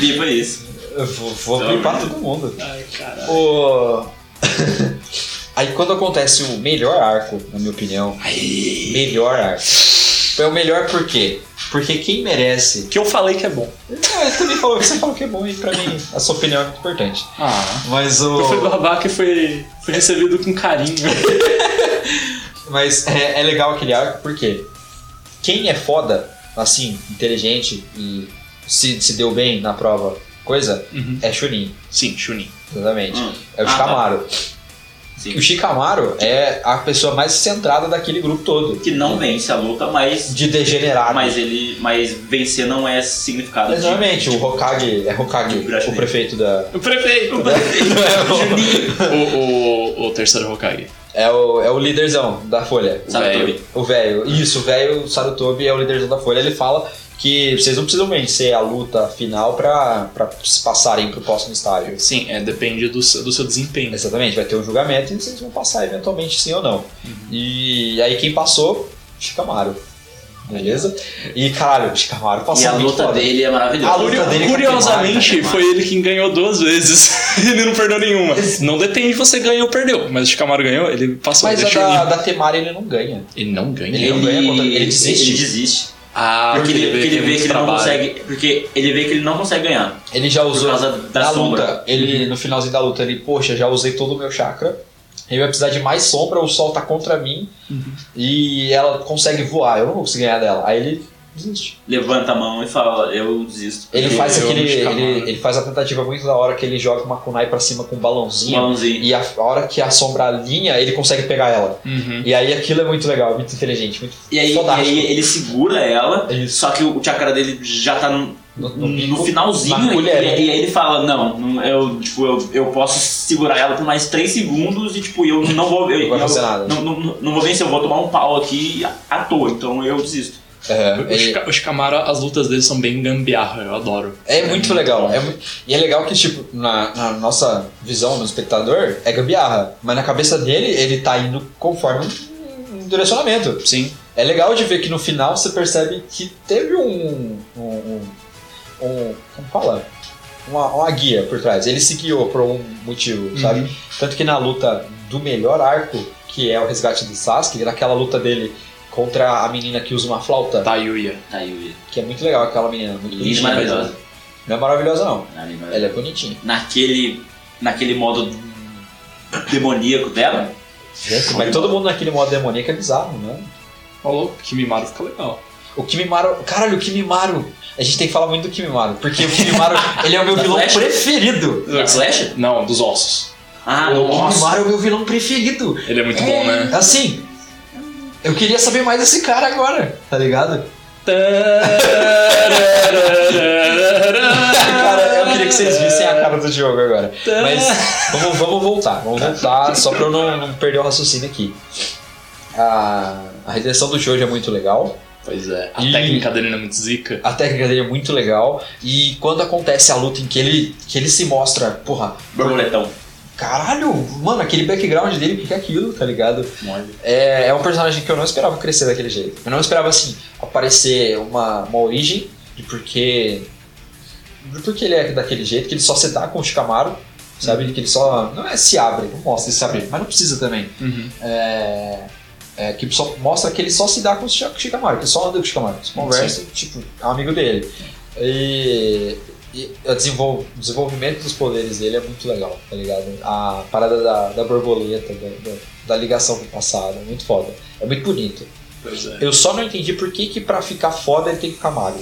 Viva isso. Eu vou, vou Não, gripar mas- todo mundo. Ai, caralho. O- *laughs* aí quando acontece o melhor arco, na minha opinião. Ai. Melhor arco. É o melhor por quê? Porque quem merece. Que eu falei que é bom. Ah, você também falou, você falou que é bom e pra mim a sua opinião é muito importante. Ah. Mas o. Eu fui babaca e foi, foi recebido com carinho. Mas é, é legal aquele arco porque quem é foda, assim, inteligente e se, se deu bem na prova, coisa, Uhum. é Chunin, Sim, Chunin. exatamente. Hum. É o Ah, tá. Shikamaru. Sim. O Shikamaru é a pessoa mais centrada daquele grupo todo. Que não vence a luta, mas. De degenerado. Mas ele. Mas vencer não é significado de- Exatamente, o Hokage é Hokage, Virar o Chunin. prefeito da. O prefeito. *laughs* O, o, o terceiro Hokage. É o, é o líderzão da Folha. Sarutobi. Velho. O velho, isso, o velho Sarutobi é o líderzão da Folha. Ele fala que vocês não precisam vencer a luta final pra, pra se passarem pro próximo estágio. Sim, é, depende do, seu- do seu desempenho. Exatamente, vai ter um julgamento e vocês vão passar eventualmente sim ou não. Uhum. E aí quem passou, Shikamaru. Beleza? E caralho, Shikamaru passou. E a muito luta foda. dele é maravilhosa. A luta dele- Curiosamente, Capimara. foi ele quem ganhou duas vezes. *laughs* ele não perdeu nenhuma. Não depende de você ganhou ou perdeu. Mas o Shikamaru ganhou, ele passou. Mas a deixa eu da, ir. da Temari ele não ganha. Ele não ganha. Ele não ganha contra- ele desiste. Ele desiste. Ah, Porque ele, porque ele é vê muito que ele não trabalho. consegue. Porque ele vê que ele não consegue ganhar. Ele já usou. Por causa da na sombra. Uhum. luta, ele, no finalzinho da luta, ele, poxa, já usei todo o meu chakra. Ele vai precisar de mais sombra, o sol tá contra mim. Uhum. E ela consegue voar, eu não vou conseguir ganhar dela. Aí ele desiste. Levanta a mão e fala, eu desisto. Ele Eu- faz eu aquele. amo Shikamaru. Ele, ele faz a tentativa muito da hora que ele joga uma kunai pra cima com um balãozinho. Mãozinho. E a, a hora que a sombra alinha, ele consegue pegar ela. Uhum. E aí aquilo é muito legal, muito inteligente, muito E aí, e fodástico. aí ele segura ela, Isso. só que o chakra dele já tá no, no, no, bico, é, né? finalzinho. na E, colher. e aí ele fala, não, não, eu, tipo, eu, eu posso segurar ela por mais 3 segundos e tipo, eu não vou. Eu, Não vai eu- fazer nada. é- Não, não, não vou vencer, eu vou tomar um pau aqui à toa, então eu desisto. É, O ele- Shika- O Shikamaru, as lutas dele são bem gambiarra, eu adoro. É muito legal. bom. É mu- e é legal que, tipo, na, na nossa visão do espectador, é gambiarra. Mas na cabeça dele, ele tá indo conforme um, um direcionamento. Sim. É legal de ver que no final você percebe que teve um. um, um- um- como fala? Uma, uma guia por trás. Ele se guiou por um motivo, sabe? Tanto que na luta do melhor arco, que é o resgate do Sasuke, naquela luta dele contra a menina que usa uma flauta, Tayuya. Tá aí, que é muito legal aquela menina, muito Linda e bonitinha. maravilhosa. Não é maravilhosa, não. Linda e maravilhosa. Ela é bonitinha. né, Naquele, naquele modo demoníaco dela. Mas todo mundo naquele modo demoníaco é bizarro, né? Falou que Mimaru fica legal. O Kimimaro. Caralho, o Kimimaro. A gente tem que falar muito do Kimimaro, porque o *laughs* Kimimaro ele é o meu Da vilão Flash? preferido. Da Flash? Não, dos ossos. Ah, o nossa. Kimimaro é o meu vilão preferido. Ele é muito bom, né? Assim. Eu queria saber mais desse cara agora, tá *laughs* ligado? Cara, eu queria que vocês vissem a cara do Diogo agora. Mas vamos, vamos voltar, vamos voltar, só pra eu não, não perder o raciocínio aqui. A, a redenção do Jojo é muito legal. Pois é, a E- técnica dele não é muito zica. A técnica dele é muito legal. E quando acontece a luta em que ele, que ele se mostra, porra, Borboletão. caralho, mano, aquele background dele, o que que é aquilo, tá ligado? Mole. É, é um personagem que eu não esperava crescer daquele jeito. Eu não esperava, assim, aparecer uma, uma origem de porque. de porque ele é daquele jeito, que ele só se dá com o Shikamaru, sabe? Que ele só. Não é se abre, não mostra se abre, mas não precisa também. Uhum. É, é, que só mostra que ele só se dá com o Chi- com o Shikamaru, que ele só anda com o Shikamaru, eles conversam, tipo, é um amigo dele. E, e o desenvol- o desenvolvimento dos poderes dele é muito legal, tá ligado? A parada da, da borboleta, da, da- da ligação com o passado, é muito foda. É muito bonito. Pois é. Eu só não entendi por que, que pra ficar foda ele tem que ficar magro.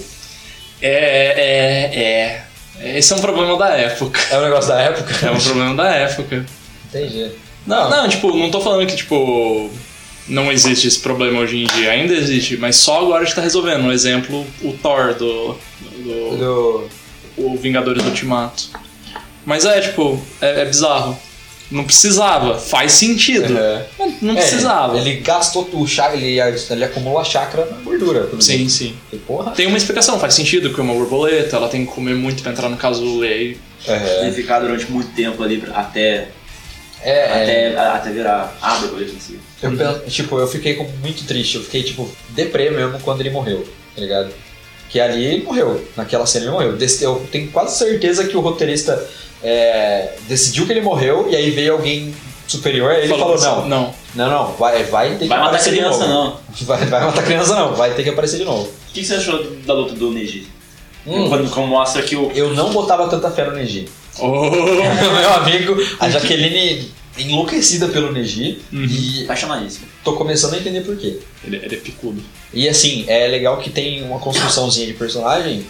É, é, é. Esse é um problema da época. É um negócio da época? É um problema da época. *laughs* Entendi. Não, não, tipo, não tô falando que, tipo, não existe esse problema hoje em dia. Ainda existe, mas só agora a gente tá resolvendo. Um exemplo, o Thor do, do, Do- o Vingadores Ultimato. Mas é, tipo, é, é bizarro. Não precisava, faz sentido. É. Mas Não É, precisava. Ele gastou tudo, o chá- ele, ele acumulou a chakra na gordura. por Sim, exemplo. sim. Que porra. Tem uma explicação, faz sentido, porque é uma borboleta, ela tem que comer muito pra entrar no casulo, e aí É, Ele ficar durante muito tempo ali pra- até, é, é. até, a- até virar a borboleta em si. Eu, pen- tipo, eu fiquei com- muito triste, eu fiquei, tipo, deprê mesmo quando ele morreu, tá ligado? Que ali ele morreu, naquela cena ele morreu. Des- Eu tenho quase certeza que o roteirista é, decidiu que ele morreu e aí veio alguém superior a ele e falou, não, Não. não, não, vai, vai ter que Vai matar aparecer de criança, novo. não. Vai, vai matar criança não, vai ter que aparecer de novo. O que que você achou da luta do Neji? Hum. Quando, quando mostra que o. Eu não botava tanta fé no *laughs* Neji. Oh. *laughs* Meu amigo, a Jaqueline enlouquecida pelo Neji e Apaixonadíssimo. tô começando a entender por quê. Ele, ele é picudo. E assim, é legal que tem uma construçãozinha de personagem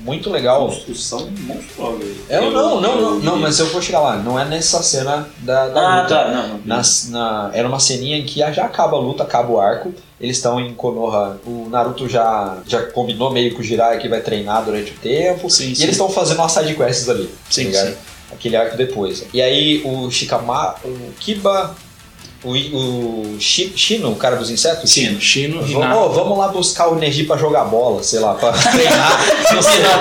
muito legal. Construção monstruosa. um velho. Eu, não, não, não, não, mas eu vou chegar lá. Não é nessa cena da, da Ah, luta. tá, não. não. Nas- na- era uma ceninha em que já acaba a luta, acaba o arco. Eles estão em Konoha. O Naruto já, já combinou meio com o Jiraiya que vai treinar durante o tempo. Sim, e sim. eles estão fazendo as side quests ali. tá Sim, ligado? sim. Aquele arco depois. E aí o Shikama, o Kiba, o, I- o Shi- Shino, o cara dos insetos? Sim, Chino e Vamos, Nato. ô, vamos lá buscar o Neji pra jogar bola, sei lá, *laughs* pra treinar, não sei lá,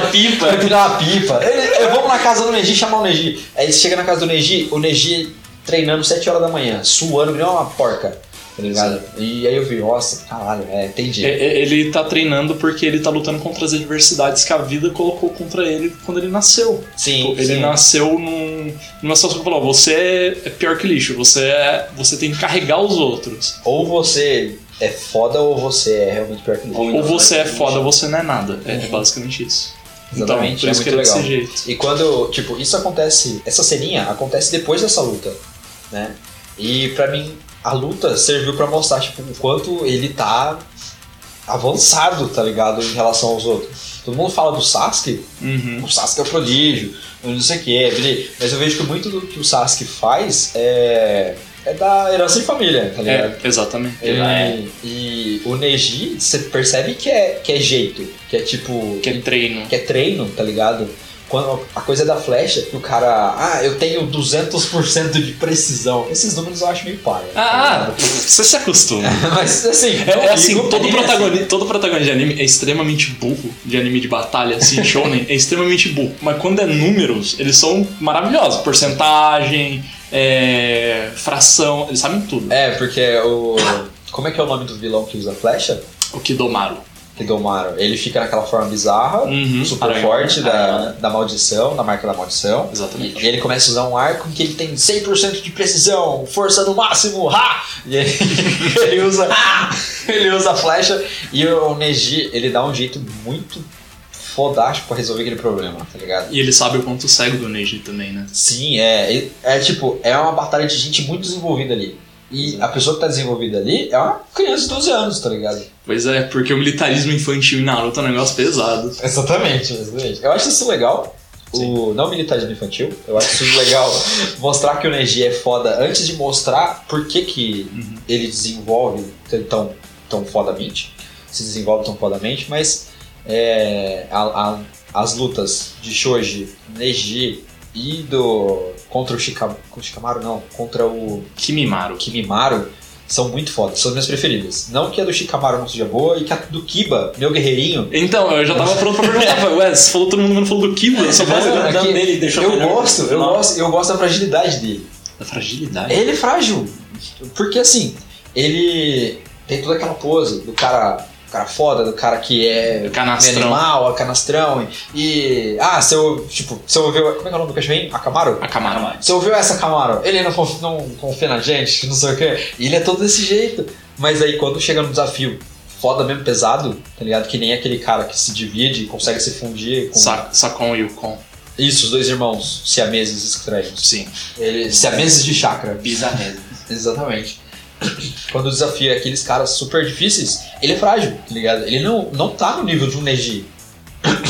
*laughs* pipa. pra virar uma pipa. Ele- é, vamos na casa do Neji chamar o Neji. Aí ele chega na casa do Neji, o Neji treinando 7 horas da manhã, suando que nem uma porca, tá ligado? E aí eu vi, nossa, caralho, é, entendi. E- e- Ele tá treinando porque ele tá lutando contra as adversidades que a vida colocou contra ele quando ele nasceu. sim, Tipo, ele sim. nasceu num, numa situação que falou: você é pior que lixo, você, é, você tem que carregar os outros. Ou você é foda ou você é realmente pior que ninguém. Ou Ou você é Exatamente. foda, você não é nada. É, é basicamente isso. Uhum. Exatamente, então, por é isso que muito ele é legal. desse jeito. E quando, tipo, isso acontece, essa ceninha acontece depois dessa luta, né? E pra mim, a luta serviu pra mostrar, tipo, o quanto ele tá avançado, tá ligado? Em relação aos outros. Todo mundo fala do Sasuke, Uhum. o Sasuke é o prodígio, não sei o que, beleza. Mas eu vejo que muito do que o Sasuke faz é, é da herança de família, tá ligado? É, exatamente. Ele- É. E o Neji, você percebe que é, que é jeito, que é tipo Que é treino. que é treino, tá ligado? Quando a coisa da flecha, que o cara, ah, eu tenho 200% de precisão. Esses números eu acho meio paia. Ah, ah, tá você se acostuma. ligado? *laughs* Mas assim, É, é assim, comigo- todo ele é protagonista, todo protagonista de anime é extremamente burro, de anime de *laughs* batalha, assim, shonen, é extremamente burro. Mas quando é números, eles são maravilhosos. Porcentagem, é, fração, eles sabem tudo. É, porque o. Como é que é o nome do vilão que usa flecha? É O Kidomaru. Kidomaru. Ele fica naquela forma bizarra, Uhum, super aranha. forte da, Aranha. da maldição, da marca da maldição. Exatamente. E ele começa a usar um arco que ele tem 100% de precisão, força no máximo, ha! E ele, *laughs* ele usa ele usa a flecha e o Neji, ele dá um jeito muito fodástico pra resolver aquele problema, tá ligado? E ele sabe o ponto cego do Neji também, né? Sim, é, é, é tipo, é uma batalha de gente muito desenvolvida ali. E a pessoa que tá desenvolvida ali é uma criança de 12 anos, tá ligado? Pois é, porque o militarismo infantil em Naruto é um negócio pesado. Exatamente, exatamente. Eu acho isso legal. O não militarismo infantil, eu acho isso legal mostrar que o Neji é foda antes de mostrar por que, que ele desenvolve tão, tão fodamente, se desenvolve tão fodamente, mas é, a- a- as lutas de Shoji, Neji e do. contra o Shikamaru, Shikamaru não, contra o Kimimaru. Kimimaru são muito fodas, são as minhas preferidas. Não que a do Shikamaru não seja boa e que a do Kiba, meu guerreirinho, Então, eu já tava pronto pra perguntar, *laughs* falei, ué, você falou todo mundo, mas não falou do Kiba, só Não, falou é dano que dele, deixou eu melhor. gosto, eu Não. gosto, eu gosto da fragilidade dele. da fragilidade. Ele é frágil. Porque assim, ele tem toda aquela pose do cara, do cara foda, do cara que é meio Canastrão. animal, é canastrão e, e- ah, se eu, tipo, se eu ouviu, como é que é o nome do cachorrinho? A Camaro? A Camaro. Você ouviu essa, Camaro? Ele não confia, *laughs* não confia na gente, não sei o quê. E ele é todo desse jeito. Mas aí quando chega no desafio foda mesmo, pesado, tá ligado? Que nem aquele cara que se divide e consegue se fundir com. Sa Sacon e o Con. Isso, os dois irmãos siameses estranhos. Sim. Ele, siameses de chakra. Bizarreza. Exatamente. Quando o desafio é aqueles caras super difíceis, ele é frágil, tá ligado? Ele não, não tá no nível de um Neji.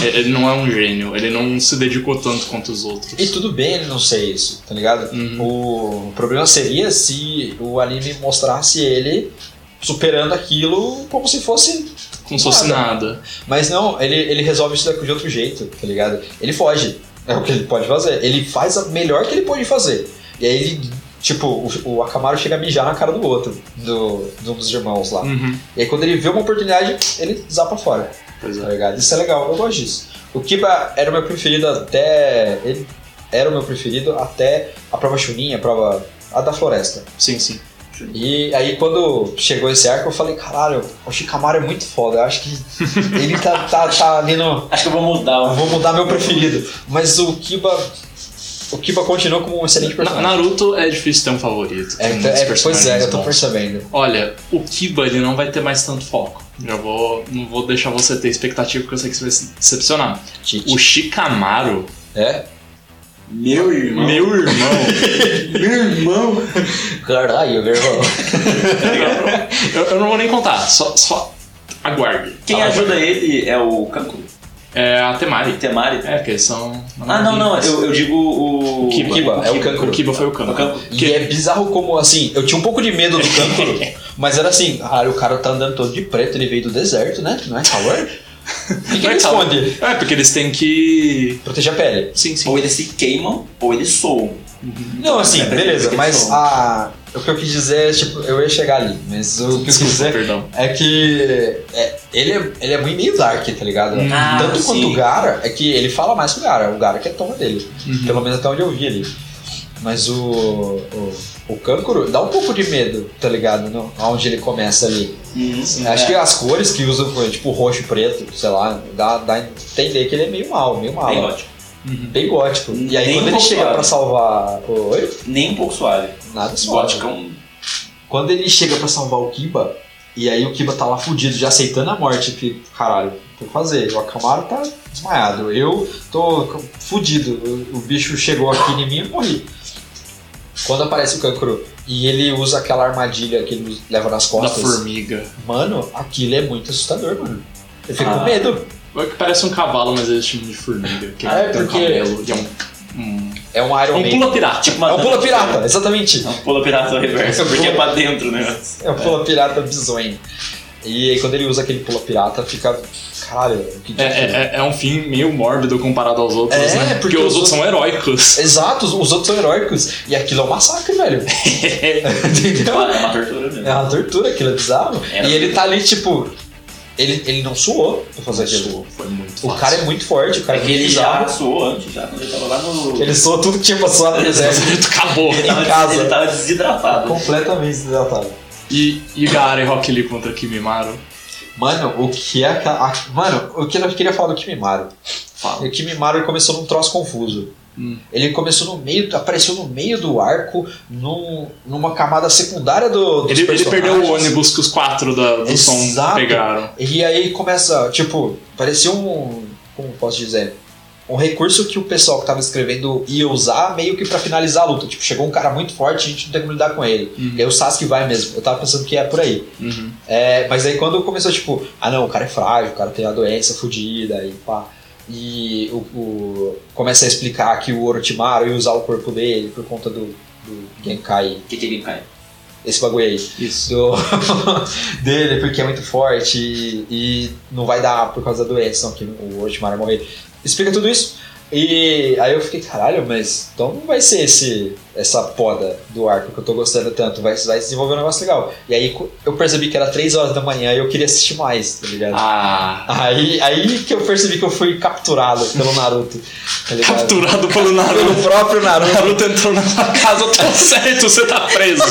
Ele não é um gênio, ele não se dedicou tanto quanto os outros. E tudo bem ele não ser isso, tá ligado? O problema seria se o anime mostrasse ele superando aquilo como se fosse. Como se fosse nada. Mas não, ele, ele resolve isso daqui de outro jeito, tá ligado? Ele foge. É o que ele pode fazer. Ele faz a melhor que ele pode fazer. E aí ele, tipo, o, o Akamaru chega a mijar na cara do outro, do, de um dos irmãos lá. Uhum. E aí quando ele vê uma oportunidade, ele zapa fora. Pois tá é. ligado? Isso é legal, eu gosto disso. O Kiba era o meu preferido até. Ele era o meu preferido até a prova Chunin, a prova. a da floresta. Sim, sim. E aí quando chegou esse arco, eu falei, caralho, o Shikamaru é muito foda. Eu acho que *laughs* ele tá, tá, tá ali no. Acho que eu vou mudar Eu o. vou mudar meu preferido. Mas o Kiba. O Kiba continuou como um excelente Na- personagem. Naruto é difícil ter um favorito. É, Tem muitos é, pois é, eu tô personagens bons. percebendo. Olha, o Kiba ele não vai ter mais tanto foco. Já vou. Não vou deixar você ter expectativa porque eu sei que você vai se decepcionar. Tite. O Shikamaru, É? Meu irmão. meu irmão, Meu irmão. Caralho, meu irmão. eu, eu não vou nem contar, só, só aguarde. Quem Ah. Tá? ajuda ele é o Kanku. É a Temari. Temari. É, porque eles são. Ah, não, não, eu, eu digo o. Kiba. Kiba, é o O Kankuro. Kiba foi o Kanko. O Kanko. *laughs* E é bizarro como, assim, eu tinha um pouco de medo do *laughs* Kankuro, mas era assim, caralho, o cara tá andando todo de preto, ele veio do deserto, né? Não é *laughs* calor? E que Não ele é que fala- esconde? É, porque eles têm que. Proteger a pele. Sim, sim. Ou eles se queimam, ou eles soam. Não, assim, beleza, Eles mas são. a... o que eu quis dizer é, tipo, eu ia chegar ali, mas o que eu quis Desculpa, dizer perdão. é que é, ele, é, ele é muito meio dark, tá ligado? Ah, Tanto quanto sim. o Gara, é que ele fala mais que o Gara, o Gara que é toma dele. Pelo menos até onde eu vi ali. Mas o, o, o Kankuro dá um pouco de medo, tá ligado? No, aonde ele começa ali. Acho que as cores que usam, tipo roxo e preto, sei lá, dá, dá a entender que ele é meio mal, meio mal. Bem ótimo. Uhum. Bem gótico. E aí Nem quando ele pouco chega suave. pra salvar. o- Oi? Nem um pouco suave. Nada suave. Gótica é um. Quando ele chega pra salvar o Kiba, e aí o Kiba tá lá fudido, já aceitando a morte, que caralho, tem que fazer. O Akamaru tá desmaiado, eu tô c- fudido, o, o bicho chegou aqui em mim e eu morri. Quando aparece o Kankuro e ele usa aquela armadilha que ele leva nas Da costas, formiga. mano, aquilo é muito assustador, mano. Eu fico com Ah. medo. É que Parece um cavalo, mas eles chamam de formiga. Que Ah, é tem um porque- cabelo e é um. Um, É um é Iron um Man. pula pirata. Tipo É uma um pula dança. pirata, exatamente. É um pula pirata ao reverso, porque é pra dentro o negócio. É um pula pirata bizonho. E aí quando ele usa aquele pula pirata, fica. Caralho, que É, é, é- é um fim meio mórbido comparado aos outros, É, né? porque Porque os os outros são *laughs* heróicos. Exato, os, os outros são heróicos. E aquilo é um massacre, *laughs* velho. É *laughs* Entendeu? uma, é uma tortura mesmo. É uma tortura, aquilo é bizarro. Era. E ele tá ali, tipo. Ele, ele não suou pra fazer aquilo. Foi muito O fácil. cara é muito forte, o cara É é, que muito ele já bizarro. suou antes, já quando ele tava lá no. Ele suou tudo que tinha pra suar né? no deserto. Acabou. ele, em tava, casa. ele tava desidratado. *laughs* Completamente desidratado. E, e Gaara e Rock Lee contra Kimimaro. Mano, o que é aquela. a- Mano, o que eu queria falar do Kimimaro. Fala. O Kimimaro ele começou num troço confuso. Hum. Ele começou no meio, apareceu no meio do arco, num, numa camada secundária do. Dos Ele, ele perdeu o personagens. ônibus que os quatro da- do som Exato. pegaram. E aí começa, tipo, parecia um. Como posso dizer? Um recurso que o pessoal que tava escrevendo ia usar meio que pra finalizar a luta. Tipo, chegou um cara muito forte, a gente não tem como lidar com ele. E aí o Sasuke vai mesmo. Eu tava pensando que é por aí. Uhum. É, mas aí quando começou, tipo, ah não, o cara é frágil, o cara tem a doença fodida e pá. E o, o- começa a explicar que o Orochimaru ia usar o corpo dele por conta do, do Genkai, O que que ele cai? esse bagulho aí Isso. do- *laughs* dele, porque é muito forte e, e não vai dar por causa da doença, não, que o Ortimar vai morrer. Explica tudo isso. E aí eu fiquei, caralho, mas então não vai ser esse, essa poda do arco que eu tô gostando tanto, vai, vai desenvolver um negócio legal. E aí co- eu percebi que era 3 horas da manhã e eu queria assistir mais, tá ligado? Ah. Aí, aí que eu percebi que eu fui capturado pelo Naruto, tá ligado? *laughs* Capturado pelo Naruto. Pelo próprio O Naruto. Naruto entrou na sua casa, *laughs* tá certo, você tá preso.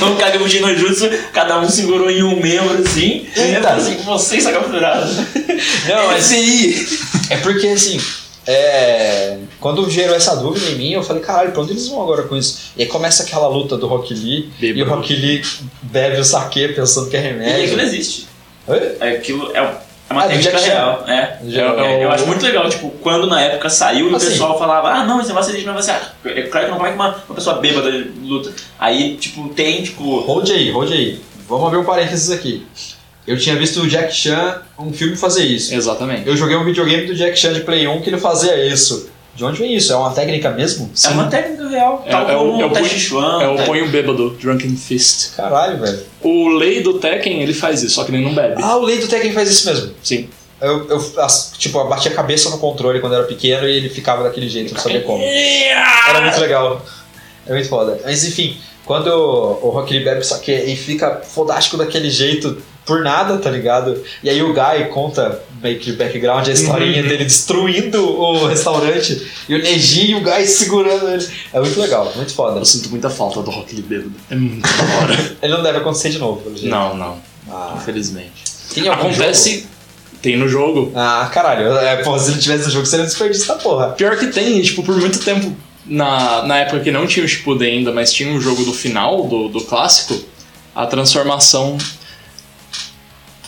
Mandou um Kagami no Jutsu, cada um segurou em um membro assim. E ele Eita. falou assim, você está capturado. Não, mas aí. É porque assim, é... quando gerou essa dúvida em mim, eu falei, caralho, pra onde eles vão agora com isso? E aí começa aquela luta do Rock Lee, Bêbado. e o Rock Lee bebe o saque pensando que é E aquilo remédio. existe. Oi? Aquilo é é Ah, uma do técnica Jack Chan. real. É. Já- Eu- É, eu acho muito legal, tipo, quando na época saiu e o Assim. pessoal falava, ah, não, esse negócio aí não vai ser. Ah, é claro que não vai que uma, uma pessoa bêbada luta. Aí, tipo, tem, tipo. Hold aí, hold aí. Vamos abrir um parênteses aqui. Eu tinha visto o Jack Chan, um filme, fazer isso. Exatamente. Eu joguei um videogame do Jack Chan de Play 1 que ele fazia isso. De onde vem isso? É uma técnica mesmo? É uma técnica real. Tá É- tal é o- como é o o Tai punho- Chi Chuan, É o Ah, Tai- punho bêbado, Drunken Fist. Caralho, velho. O lei do Tekken, ele faz isso, só que ele não bebe. Ah, o Lei do Tekken faz isso mesmo. Sim. Eu, eu as- tipo, eu bati a cabeça no controle quando era pequeno e ele ficava daquele jeito, não sabia como. Era muito legal. É muito foda. Mas enfim, quando o Rock Lee bebe saque e fica fodástico daquele jeito por nada, tá ligado? E aí o Guy conta meio que de background a historinha dele destruindo o restaurante e o Neji e o Guy segurando ele. É muito legal, muito foda. Eu sinto muita falta do Rock Lee bêbado. É muito da *laughs* hora. Ele não deve acontecer de novo, pelo jeito. não, não. Ah, Infelizmente. tem algum jogo? Acontece. Tem no jogo. Ah, caralho. É, pô, se ele tivesse no jogo, seria um desperdício da porra. Pior que tem, tipo, por muito tempo, na, na época que não tinha o Shippuden ainda, mas tinha um jogo do final, do, do clássico, a transformação.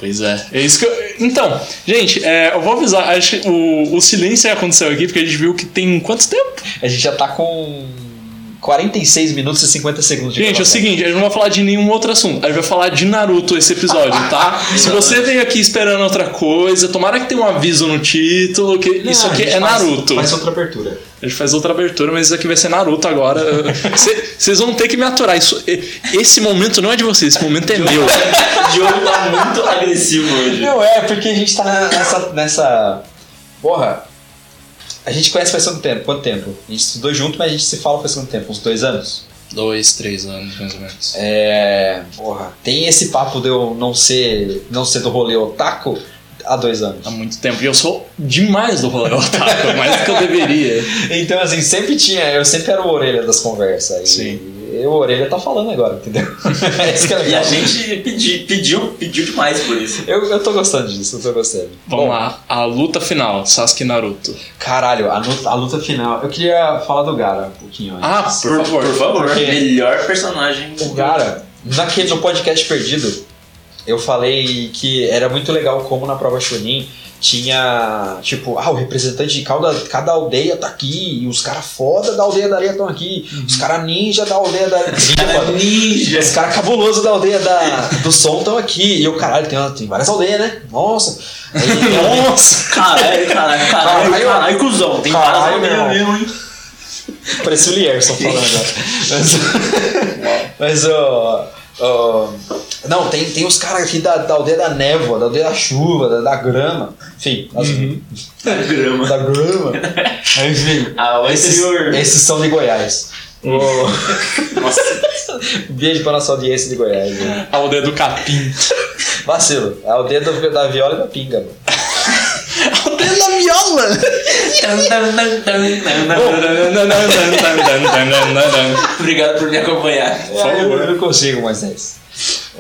Pois é. É isso que eu... Então, gente, é, eu vou avisar. Acho que o, o silêncio aconteceu aqui, porque a gente viu que tem quanto tempo? A gente já tá com 46 minutos e 50 segundos de Gente, é o gravação. seguinte, a gente não vai falar de nenhum outro assunto. A gente vai falar de Naruto esse episódio, tá? Se você veio aqui esperando outra coisa, tomara que tenha um aviso no título, que Não, isso a aqui gente é Ah, faz- Naruto. Faz um- outra abertura. A gente faz outra abertura, mas isso aqui vai ser Naruto agora. *laughs* Vocês vão ter que me aturar. Isso, e- esse momento não é de vocês, esse momento é meu. O Diogo tá muito agressivo hoje. Não, é, porque a gente tá na- nessa. nessa... Porra. A gente conhece faz quanto tempo? Quanto tempo? A gente estudou junto, mas a gente se fala faz quanto tempo? Uns dois anos? Dois, três anos, mais ou menos. É. Porra. Tem esse papo de eu não ser, não ser do rolê otaku há dois anos. Há Tá muito tempo. E eu sou demais do rolê *laughs* otaku, mais do que eu deveria. Então, assim, sempre tinha. Eu sempre era o orelha das conversas. e- Sim. E o orelha tá falando agora, entendeu? *laughs* é isso que é E a legal. gente pedi, pediu, pediu demais por isso. Eu, eu tô gostando disso, eu tô gostando. Vamos lá, a luta final, Sasuke e Naruto. Caralho, a luta, a luta final. Eu queria falar do Gara um pouquinho antes. Ah, por favor. Por favor, Porque- melhor personagem. O Gara, naquele no podcast perdido, eu falei que era muito legal como na prova Chunin tinha, tipo, ah, o representante de cada, cada aldeia tá aqui, e os caras foda da aldeia da areia estão aqui, Uhum. os caras ninja da aldeia da ninja, Cara, foda. ninja. *laughs* Os caras cabulosos da aldeia da, do som estão aqui. E eu, caralho, tem, tem várias aldeias, né? Nossa. *laughs* Aí, Nossa! Caralho, caralho, caralho, Caralho. caralho, cuzão. Tem várias Caralho, aldeias meu mesmo, hein? *laughs* Parecia o Lierson falando agora. Mas, *laughs* ó. ó, não, tem, tem os caras aqui da, da aldeia da névoa, da aldeia da chuva, da, da grama. Enfim, as- É Grama. da grama. Enfim. Ah, o Esses, anterior. esses são de Goiás. Nossa, *laughs* Beijo pra nossa audiência de Goiás. Né? A aldeia do capim. Vacilo, é a aldeia do- da viola e da pinga, mano. A aldeia da viola! *laughs* obrigado por me acompanhar. Ah, eu, eu não consigo mais isso.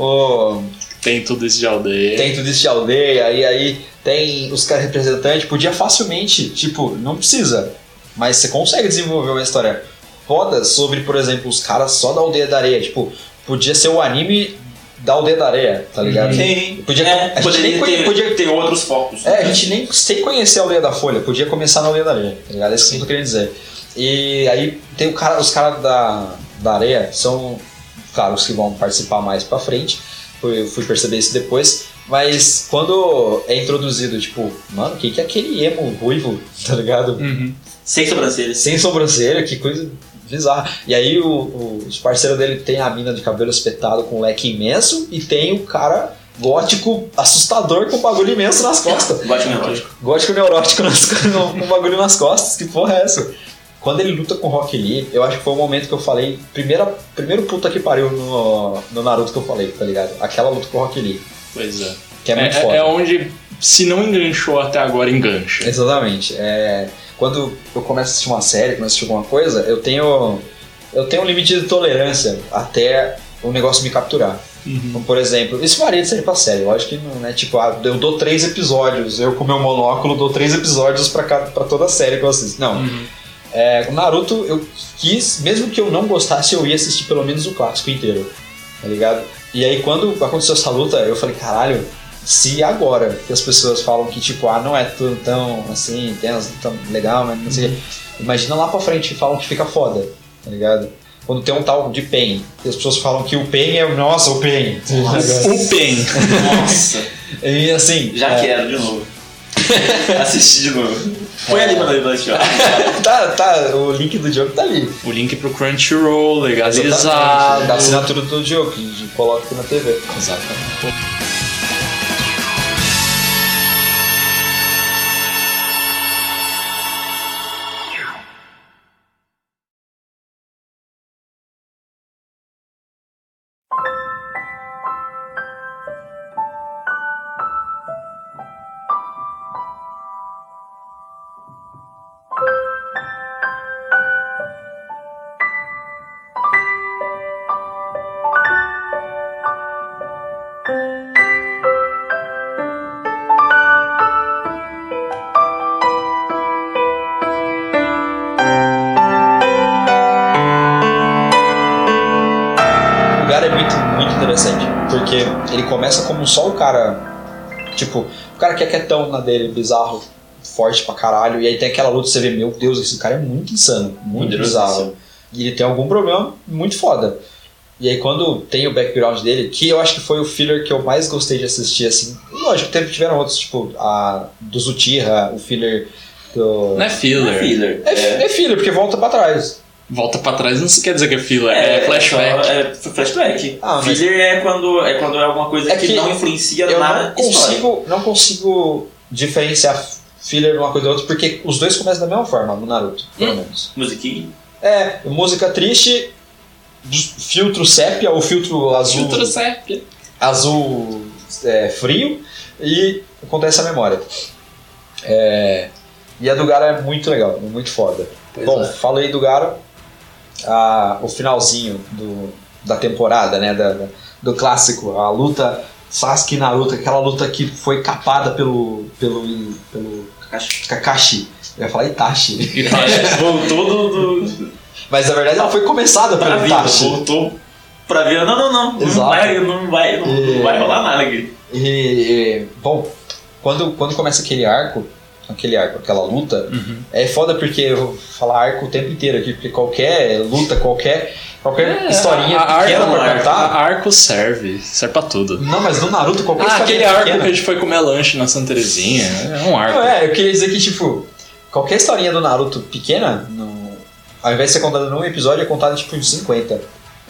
Ô, Tem tudo isso de aldeia. tem tudo isso de aldeia, e aí tem os caras representantes, podia facilmente, tipo, não precisa, mas você consegue desenvolver uma história foda sobre, por exemplo, os caras só da aldeia da areia, tipo, podia ser o anime da aldeia da areia, tá ligado? Tem. Podia- a é, gente nem poderia conhe- ter, podia- ter outros focos. É, a gente nem sem conhecer a Aldeia da Folha, podia começar na Aldeia da Areia, tá ligado? É isso que eu tô querendo dizer. E aí tem o cara, os caras da, da areia são, claro, os que vão participar mais pra frente. Fui, fui perceber isso depois. Mas quando é introduzido, tipo, mano, o que, que é aquele emo ruivo, tá ligado? Uhum. Sem sobrancelhas. Sem sobrancelha, que coisa bizarra. E aí o, o- os parceiros dele tem a mina de cabelo espetado com um leque imenso e tem o cara gótico assustador com um bagulho imenso nas costas. Batman lógico. Gótico neurótico *laughs* nas, com um bagulho nas costas, que porra é essa? Quando ele luta com o Rock Lee, eu acho que foi o momento que eu falei, primeira, primeiro puta que pariu no, no Naruto que eu falei, tá ligado? Aquela luta com o Rock Lee, Pois é. que é muito é, foda. é onde, se não enganchou até agora, engancha. Exatamente. É, quando eu começo a assistir uma série, começo a assistir alguma coisa, eu tenho eu tenho um limite de tolerância até o negócio me capturar. Uhum. Então, por exemplo, isso varia de série pra série. Lógico que não é tipo, ah, eu dou três episódios, eu com meu monóculo dou três episódios pra, cada, pra toda série que eu assisto. Não. Uhum. É, o Naruto, eu quis, mesmo que eu não gostasse, eu ia assistir pelo menos o clássico inteiro. Tá ligado? E aí, quando aconteceu essa luta, eu falei, caralho, se agora que as pessoas falam que tipo, ah, não é tudo tão assim, intenso, tão legal, mas não sei. Imagina lá pra frente que falam que fica foda, tá ligado? Quando tem um tal de PEN, e as pessoas falam que o PEN é, nossa, o PEN. tá ligado? *laughs* Um PEN. Nossa, E assim, já é, quero de *laughs* novo. Assistir de novo. Ah, Põe ali pra nós baixar. Tá, tá, o link do jogo tá ali. O link pro Crunchyroll, legalizado. Exatamente, Da assinatura do jogo, que coloca aqui na TV. Exatamente. O lugar é muito, muito interessante, porque ele começa como só o cara. Tipo, o cara que é quietão na dele, bizarro, forte pra caralho, e aí tem aquela luta que você vê, meu Deus, esse cara é muito insano, muito Poderoso bizarro. E ele tem algum problema muito foda. E aí quando tem o background dele, que eu acho que foi o filler que eu mais gostei de assistir, assim. Lógico, teve, tiveram outros, tipo, a do Zutira, o filler do. Não é filler. Filler. É, é filler, porque volta pra trás. Volta pra trás não se quer dizer que é filler, é, flashback. É, é flashback. Ah, mas- Filler é quando é quando é alguma coisa É que, que não influencia eu na não consigo, não consigo diferenciar filler de uma coisa da outra, porque os dois começam da mesma forma no Naruto, pelo menos. Musiquinha. É, música triste, filtro sépia ou filtro azul, Filtro sempre. azul é, frio e acontece a memória. É, e a do Gara é muito legal, muito foda. Pois Bom, é. falei do Gara, a- o finalzinho do- da temporada, né, da- da- do clássico, a luta Sasuke e Naruto, aquela luta que foi capada pelo, pelo, pelo Kakashi. Kakashi, eu ia falar Itachi, E fala, *laughs* Voltou do. do mas na verdade ela foi começada pra pelo vida. Itachi. Voltou pra vida. Não, não, não. Não Exato. vai, não vai, não, não É. vai rolar nada aqui. E, e, bom, quando, quando começa aquele arco, aquele arco, aquela luta, Uhum. é foda porque eu vou falar arco o tempo inteiro aqui, porque qualquer luta, qualquer, qualquer historinha É. a, a pequena arco, pra contar. a arco serve, serve pra tudo. Não, mas no Naruto qualquer Ah, historinha aquele arco que pequena. a gente foi comer lanche na Santa Terezinha, é um arco. Não, é, eu queria dizer que, tipo, qualquer historinha do Naruto pequena, no- ao invés de ser contada num episódio, é contada tipo em 50.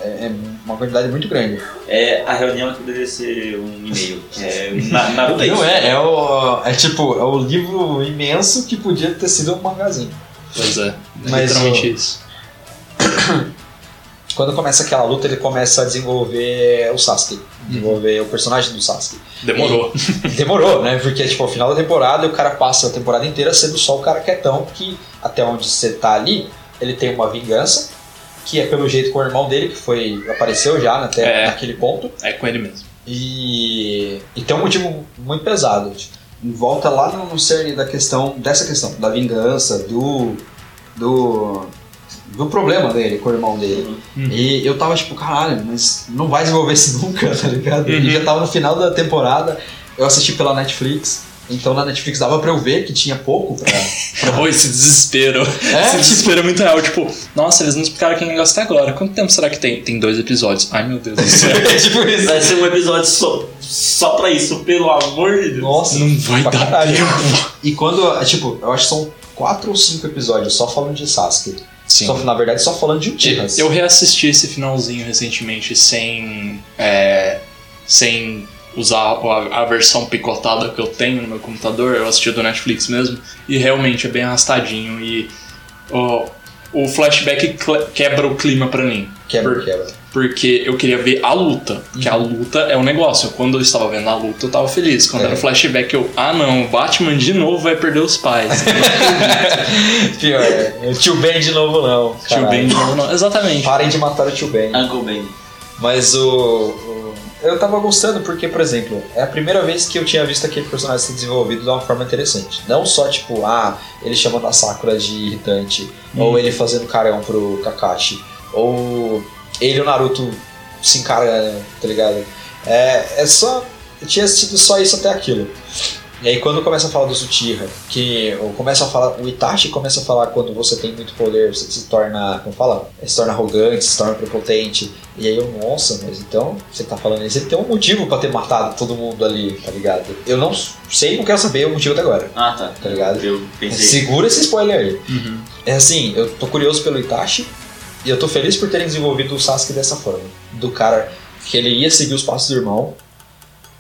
É, é uma quantidade muito grande. É a reunião que deveria ser um e-mail. É, na, na Não é, é, o, é tipo, é o livro imenso que podia ter sido um magazine. Pois é, Mas é literalmente isso. quando começa aquela luta, ele começa a desenvolver o Sasuke. Desenvolver o personagem do Sasuke. Demorou. Demorou, né? Porque, tipo, ao final da temporada, o cara passa a temporada inteira sendo só o cara quietão, que até onde você tá ali, ele tem uma vingança, que é pelo jeito com o irmão dele, que foi apareceu já na terra, É. naquele ponto. É com ele mesmo. E, e tem um motivo muito pesado. tipo, volta lá no, no cerne da questão, dessa questão, da vingança, do. do. do problema dele com o irmão dele. Uhum. E eu tava tipo, caralho, mas não vai desenvolver isso *laughs* nunca, tá ligado? Uhum. E já tava no final da temporada, eu assisti pela Netflix. Então na Netflix dava pra eu ver que tinha pouco *laughs* pra. *laughs* Oi, esse desespero. esse tipo, desespero é muito real. Tipo, nossa, eles não explicaram quem gosta até agora. Quanto tempo será que tem? Tem dois episódios. Ai, meu Deus *laughs* do céu. é tipo isso. Vai ser um episódio só, só pra isso, pelo amor de Deus. Nossa, Não vai pra dar caralho. tempo. E quando, é, tipo, eu acho que são quatro ou cinco episódios só falando de Sasuke. Sim. Tipo, Só, na verdade, só falando de Uchihas. Eu reassisti esse finalzinho recentemente sem. é, sem usar a, a versão picotada que eu tenho no meu computador, eu assisti do Netflix mesmo, e realmente é bem arrastadinho e ó, o flashback cle- quebra o clima pra mim. Quebra, quebra. Porque eu queria ver a luta. Porque a luta é um negócio. Quando eu estava vendo a luta, eu tava feliz. Quando Uhum. É. era o flashback, eu. Ah não, o Batman de novo vai perder *laughs* os pais. *laughs* Pior, é, o tio Ben de novo não. Tio caralho. Ben de novo. Não. Exatamente. Parem de matar o tio Ben. Uncle Ben. Mas o, o- Eu tava gostando porque, por exemplo, é a primeira vez que eu tinha visto aquele personagem ser desenvolvido de uma forma interessante. Não só tipo, ah, ele chamando a Sakura de irritante, ou ele fazendo carão pro Kakashi, ou ele e o Naruto se encarando, tá ligado? né, É, é só tinha sido só isso até aquilo. E aí quando começa a falar dos Uchiha, que ou começa a falar, o Itachi começa a falar quando você tem muito poder, você se torna, como fala? Se torna arrogante, se torna prepotente. E aí eu, nossa, mas então você tá falando isso, ele tem um motivo pra ter matado todo mundo ali, tá ligado? Eu não sei, não quero saber o motivo até agora. Ah, tá. Tá ligado? Eu pensei. Segura esse spoiler aí. É assim, eu tô curioso pelo Itachi e eu tô feliz por terem desenvolvido o Sasuke dessa forma. Do cara que ele ia seguir os passos do irmão.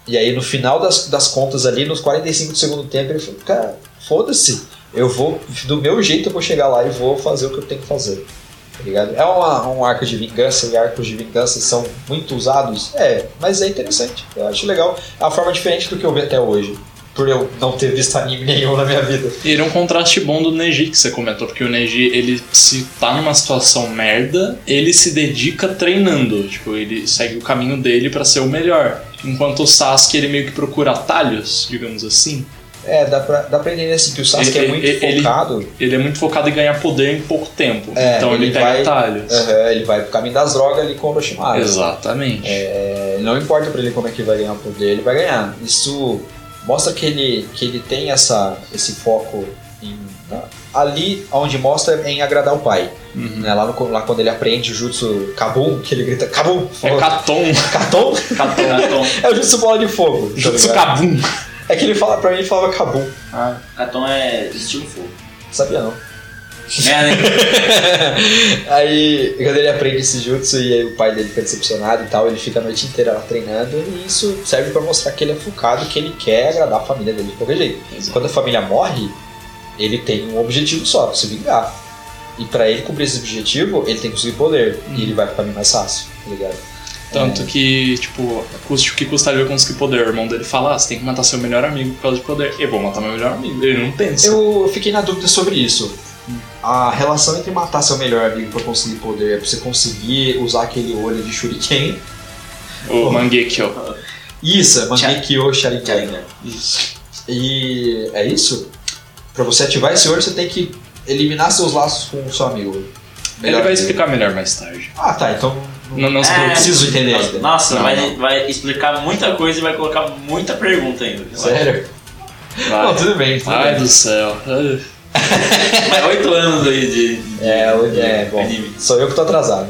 E aí no final das, das contas ali, nos 45 do segundo tempo, ele falou, cara, foda-se. Eu vou, do meu jeito eu vou chegar lá e vou fazer o que eu tenho que fazer. Tá ligado? É uma- um arco de vingança e arcos de vingança são muito usados? É, mas é interessante. Eu acho legal. É uma forma diferente do que eu vi até hoje. Por eu não ter visto anime *laughs* nenhum na minha vida. E ele é um contraste bom do Neji que você comentou, porque o Neji, ele se tá numa situação merda, ele se dedica treinando, tipo, ele segue o caminho dele pra ser o melhor. Enquanto o Sasuke, ele meio que procura atalhos, digamos assim. É, dá pra, dá pra entender assim que o Sasuke Ele- é muito ele- ele- focado. Ele é muito focado em ganhar poder em pouco tempo, É, então ele, ele pega vai- atalhos. Aham, ele vai pro caminho das drogas ali com o Orochimaru. assim, Exatamente. É, não importa pra ele como é que vai ganhar o poder, ele vai ganhar. Isso mostra que ele, que ele tem essa, esse foco em. na- ali onde mostra é em agradar o pai. Uhum. Né? Lá, no- lá quando ele aprende o jutsu Kabum, que ele grita Kabum! É Katon, Katon? Caton. É o jutsu bola de fogo. tá Jutsu ligado? Kabum. é que ele fala, pra mim ele falava Kabum. Caton é estilo fogo. Sabia não. É, né? aí, quando ele aprende esse jutsu e aí o pai dele fica decepcionado e tal, ele fica a noite inteira lá treinando e isso serve pra mostrar que ele é focado, que ele quer agradar a família dele de qualquer jeito. Quando a família morre, ele tem um objetivo só, se vingar. E pra ele cumprir esse objetivo, ele tem que conseguir poder e ele vai pro caminho mais fácil, tá ligado? Tanto que, tipo, custe o que custar ele vai conseguir poder. O irmão dele fala, ah, você tem que matar seu melhor amigo por causa de poder. Eu vou matar meu melhor amigo. Ele não pensa. Eu fiquei na dúvida sobre isso. A relação entre matar seu melhor amigo pra conseguir poder, pra você conseguir usar aquele olho de Shuriken. O Mangekyo. Isso, é Mangekyo Sharingan. Isso. E é isso? Pra você ativar esse olho, você tem que eliminar seus laços com o seu amigo. Melhor ele vai amigo. explicar Hum. melhor mais tarde. Ah, tá, então. Não, não se É. preocupe. preciso entender ainda. Nossa, Não, vai, não. vai explicar muita coisa e vai colocar muita pergunta ainda. Eu Sério? Vai. Não, tudo bem. Tudo Ai bem. do céu. Ah, acho. Mas oito anos aí de, de É, o- é, bom. anime. Sou eu que tô atrasado.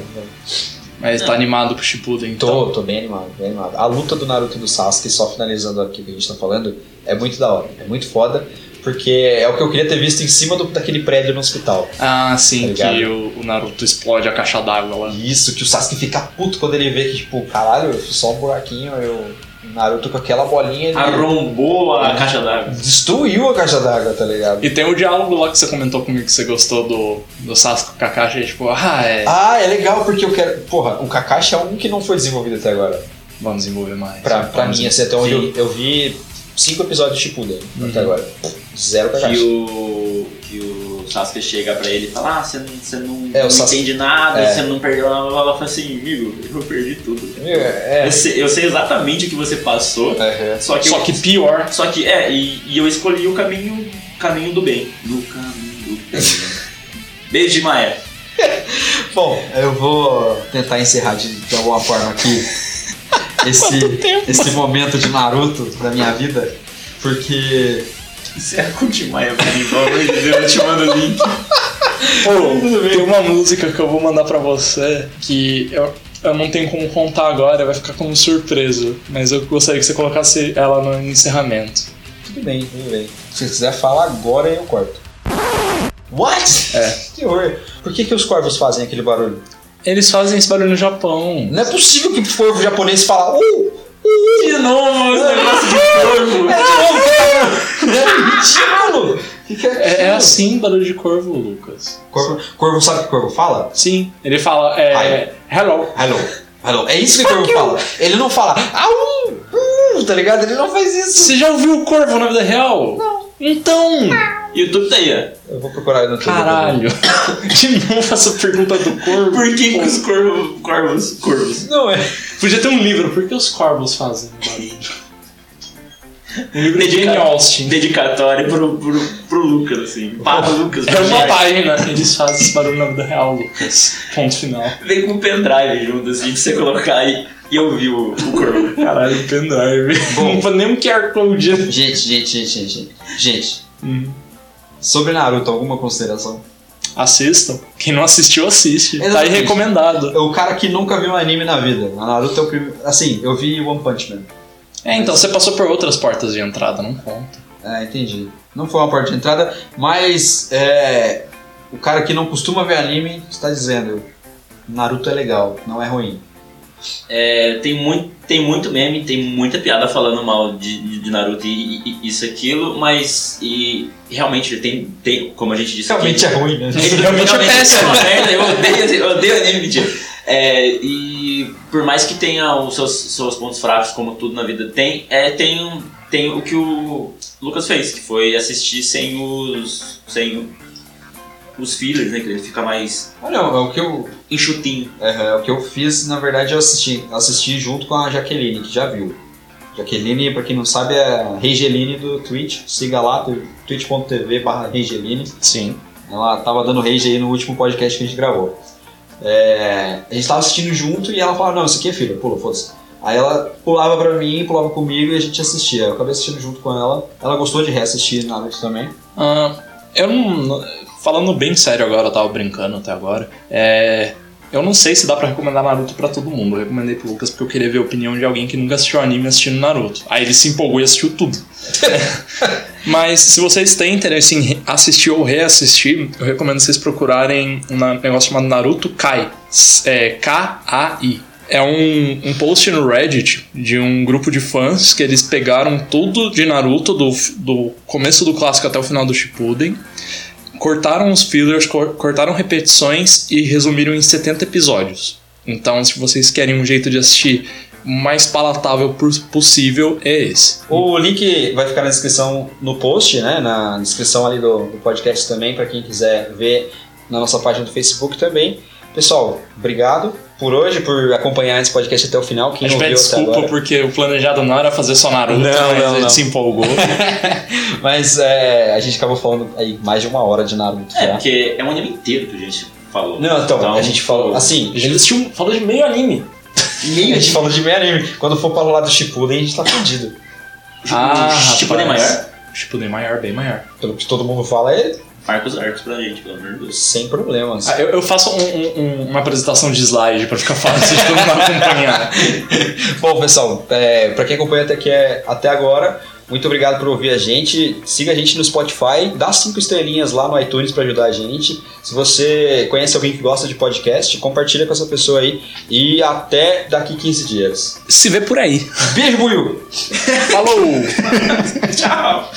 Mas tá animado pro Shippuden, então. Tô, tô bem animado, bem animado. A luta do Naruto e do Sasuke, só finalizando aqui o que a gente tá falando, é muito da hora. É muito foda, porque é o que eu queria ter visto em cima do- daquele prédio no hospital. Ah, Tá sim, ligado? que o, o Naruto explode a caixa d'água lá. Isso, que o Sasuke fica puto quando ele vê que, tipo, caralho, eu fiz só um buraquinho, eu. Naruto com aquela bolinha. ele- Arrombou a caixa d'água. Destruiu a caixa d'água, tá ligado? E tem o diálogo lá que você comentou comigo que você gostou do, do Sasuke com a caixa. E tipo, ah, é. Ah, é legal porque eu quero. Porra, o Kakashi é um que não foi desenvolvido até agora. Vamos desenvolver mais. Pra, pra Vamos mim, assim, até onde Sim. Uhum. eu, eu vi cinco episódios de Shippuden até agora. Zero Que Kakashi. o, que o Sasuke chega pra ele e fala: Ah, você não, você não, É, o não Sasuke- entende nada, É. você não perdeu nada. Ela fala assim: Amigo, eu perdi tudo. Meu, É. Eu, sei, eu sei exatamente o que você passou, Aham. só que, Só eu, que pior. Só que, é, e, e eu escolhi o caminho, caminho do bem. No caminho do bem. *laughs* Beijo de Maia. Bom, eu vou tentar encerrar de, de alguma forma *laughs* aqui esse, esse momento de Naruto pra minha vida. Porque. Encerra é com o de Maia pra mim, pelo amor de Deus, eu te mando o link. Pô, tem uma música que eu vou mandar pra você que eu, eu não tenho como contar agora, vai ficar como surpresa. Mas eu gostaria que você colocasse ela no encerramento. Tudo bem, tudo bem. Se você quiser falar agora, eu corto. What? É. *laughs* Que horror. Por que, que os corvos fazem aquele barulho? Eles fazem esse barulho no Japão. Não é possível que o corvo japonês fala. Uh! De novo, esse *laughs* negócio de corvo. É ridículo! Que que É, é aquilo? assim barulho de corvo, Lucas. Corvo, corvo sabe o que corvo fala? Sim, ele fala é, hello. Hello. Hello. É isso que o corvo fala. Ele não fala. Au! Uh, tá ligado? Ele não faz isso. Você já ouviu o corvo na vida real? Não. Então, YouTube tá aí, ó. Eu vou procurar ele no Twitter. caralho. *laughs* De novo essa pergunta do corvo. Por que, que os corvos, corvos, corvos? Não é. Podia ter um livro, por que os corvos fazem barulho? Um livro de Jane Dedicado. Austen. Dedicatório assim. pro, pro, pro Lucas, assim. Para o Lucas. É uma vai. página, eles fazem esse barulho na vida real, Lucas. Ponto final. Vem com um pendrive junto, assim, pra você colocar aí. e eu vi o, o Corvo. Caralho, pendrive. Bom. Não foi nem um QR Code. Gente, gente, gente, gente, gente. Gente, sobre Naruto, alguma consideração? Assistam. Quem não assistiu, assiste. Tá aí Exatamente. recomendado. É O cara que nunca viu um anime na vida. A Naruto é o primeiro. Assim, eu vi One Punch Man. É, então, você passou por outras portas de entrada, não conta. É, entendi. Não foi uma porta de entrada, mas é, o cara que não costuma ver anime está dizendo: Naruto é legal, não é ruim. É, tem, muito, tem muito meme, tem muita piada falando mal de, de- de Naruto e, e- e isso e aquilo, mas e, realmente tem, tem, como a gente disse aqui, Realmente é ruim, né? *laughs* Ele Realmente é péssimo. uma merda, eu odeio, eu odeio anime, mentira. É, e por mais que tenha os seus, seus pontos fracos, como tudo na vida tem, é, tem, um- tem o que o Lucas fez, que foi assistir sem os. sem os fillers, né? Que ele fica mais Ah, não, é o que eu, enxutinho. é, é o que eu fiz, na verdade, eu assisti, assisti junto com a Jaqueline, que já viu. Jaqueline, pra quem não sabe, é a Regeline do Twitch. Siga lá, tu- twitch.tv barra Regeline. Sim. Ela tava dando rage aí no último podcast que a gente gravou. É, a gente tava assistindo junto e ela falava, não, isso aqui é filho, pula, foda-se. Aí ela pulava pra mim, pulava comigo e a gente assistia. Eu acabei assistindo junto com ela. Ela gostou de reassistir Naruto também. Ah, eu não. Falando bem sério agora, eu tava brincando até agora. É. Eu não sei se dá pra recomendar Naruto pra todo mundo. Eu recomendei pro Lucas porque eu queria ver a opinião de alguém que nunca assistiu anime assistindo Naruto. Aí ele se empolgou e assistiu tudo. Mas se vocês têm interesse em re- assistir ou reassistir, eu recomendo vocês procurarem um na- negócio chamado Naruto Kai. S- É K-A-I. É um, um post no Reddit de um grupo de fãs que eles pegaram tudo de Naruto, do, f- do começo do clássico até o final do Shippuden, cortaram os fillers, cor- cortaram repetições e resumiram em 70 episódios. Então, se vocês querem um jeito de assistir mais palatável por- possível, é esse. O link vai ficar na descrição no post, né? Na descrição ali do, do podcast também, pra quem quiser ver na nossa página do Facebook também. Pessoal, obrigado por hoje, por acompanhar esse podcast até o final. A Quem gente ouviu pede até desculpa agora. porque o planejado não era fazer só Naruto, Não, mas não, a gente não. se empolgou. Mas é, a gente acabou falando aí mais de uma hora de Naruto É, já. porque é um anime inteiro que a gente falou. Tá. tipo, Não, então, a gente falou. Assim, a gente assistiu- falou de meio anime. a gente falou de meio anime. Quando for para o lado do Shippuden, a gente tá fudido. Tipo, ah, tipo nem maior. Shippuden maior, bem maior. Pelo que todo mundo fala, é Marca os arcos pra gente, pelo amor de Deus. sem problemas. Ah, eu, eu faço um- um- um- uma apresentação de slide pra ficar fácil de *laughs* todo mundo acompanhar. *laughs* Bom, pessoal, é, para quem acompanha até, aqui, é- até agora, muito obrigado por ouvir a gente. Siga a gente no Spotify, dá cinco estrelinhas lá no iTunes para ajudar a gente. Se você conhece alguém que gosta de podcast, compartilha com essa pessoa aí. E até daqui 15 dias. Se vê por aí. Beijo, Buiu! Falou! Tchau!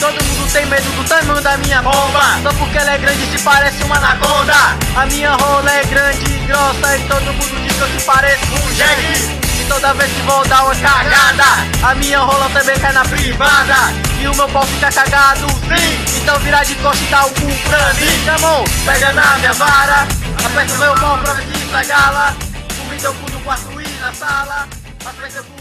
Todo mundo tem medo do tamanho da minha bomba Só porque ela é grande se parece uma anaconda A minha rola é grande e grossa E todo mundo diz que eu te pareço um jegue E toda vez que vou dar uma cagada A minha rola também cai na privada E o meu pau fica cagado sim Então vira de costa e dá o cu pra mim Tá bom? Pega na minha vara é Aperta o meu pau pra ver se estragala Comi teu cu no quarto e na sala Aperta o cu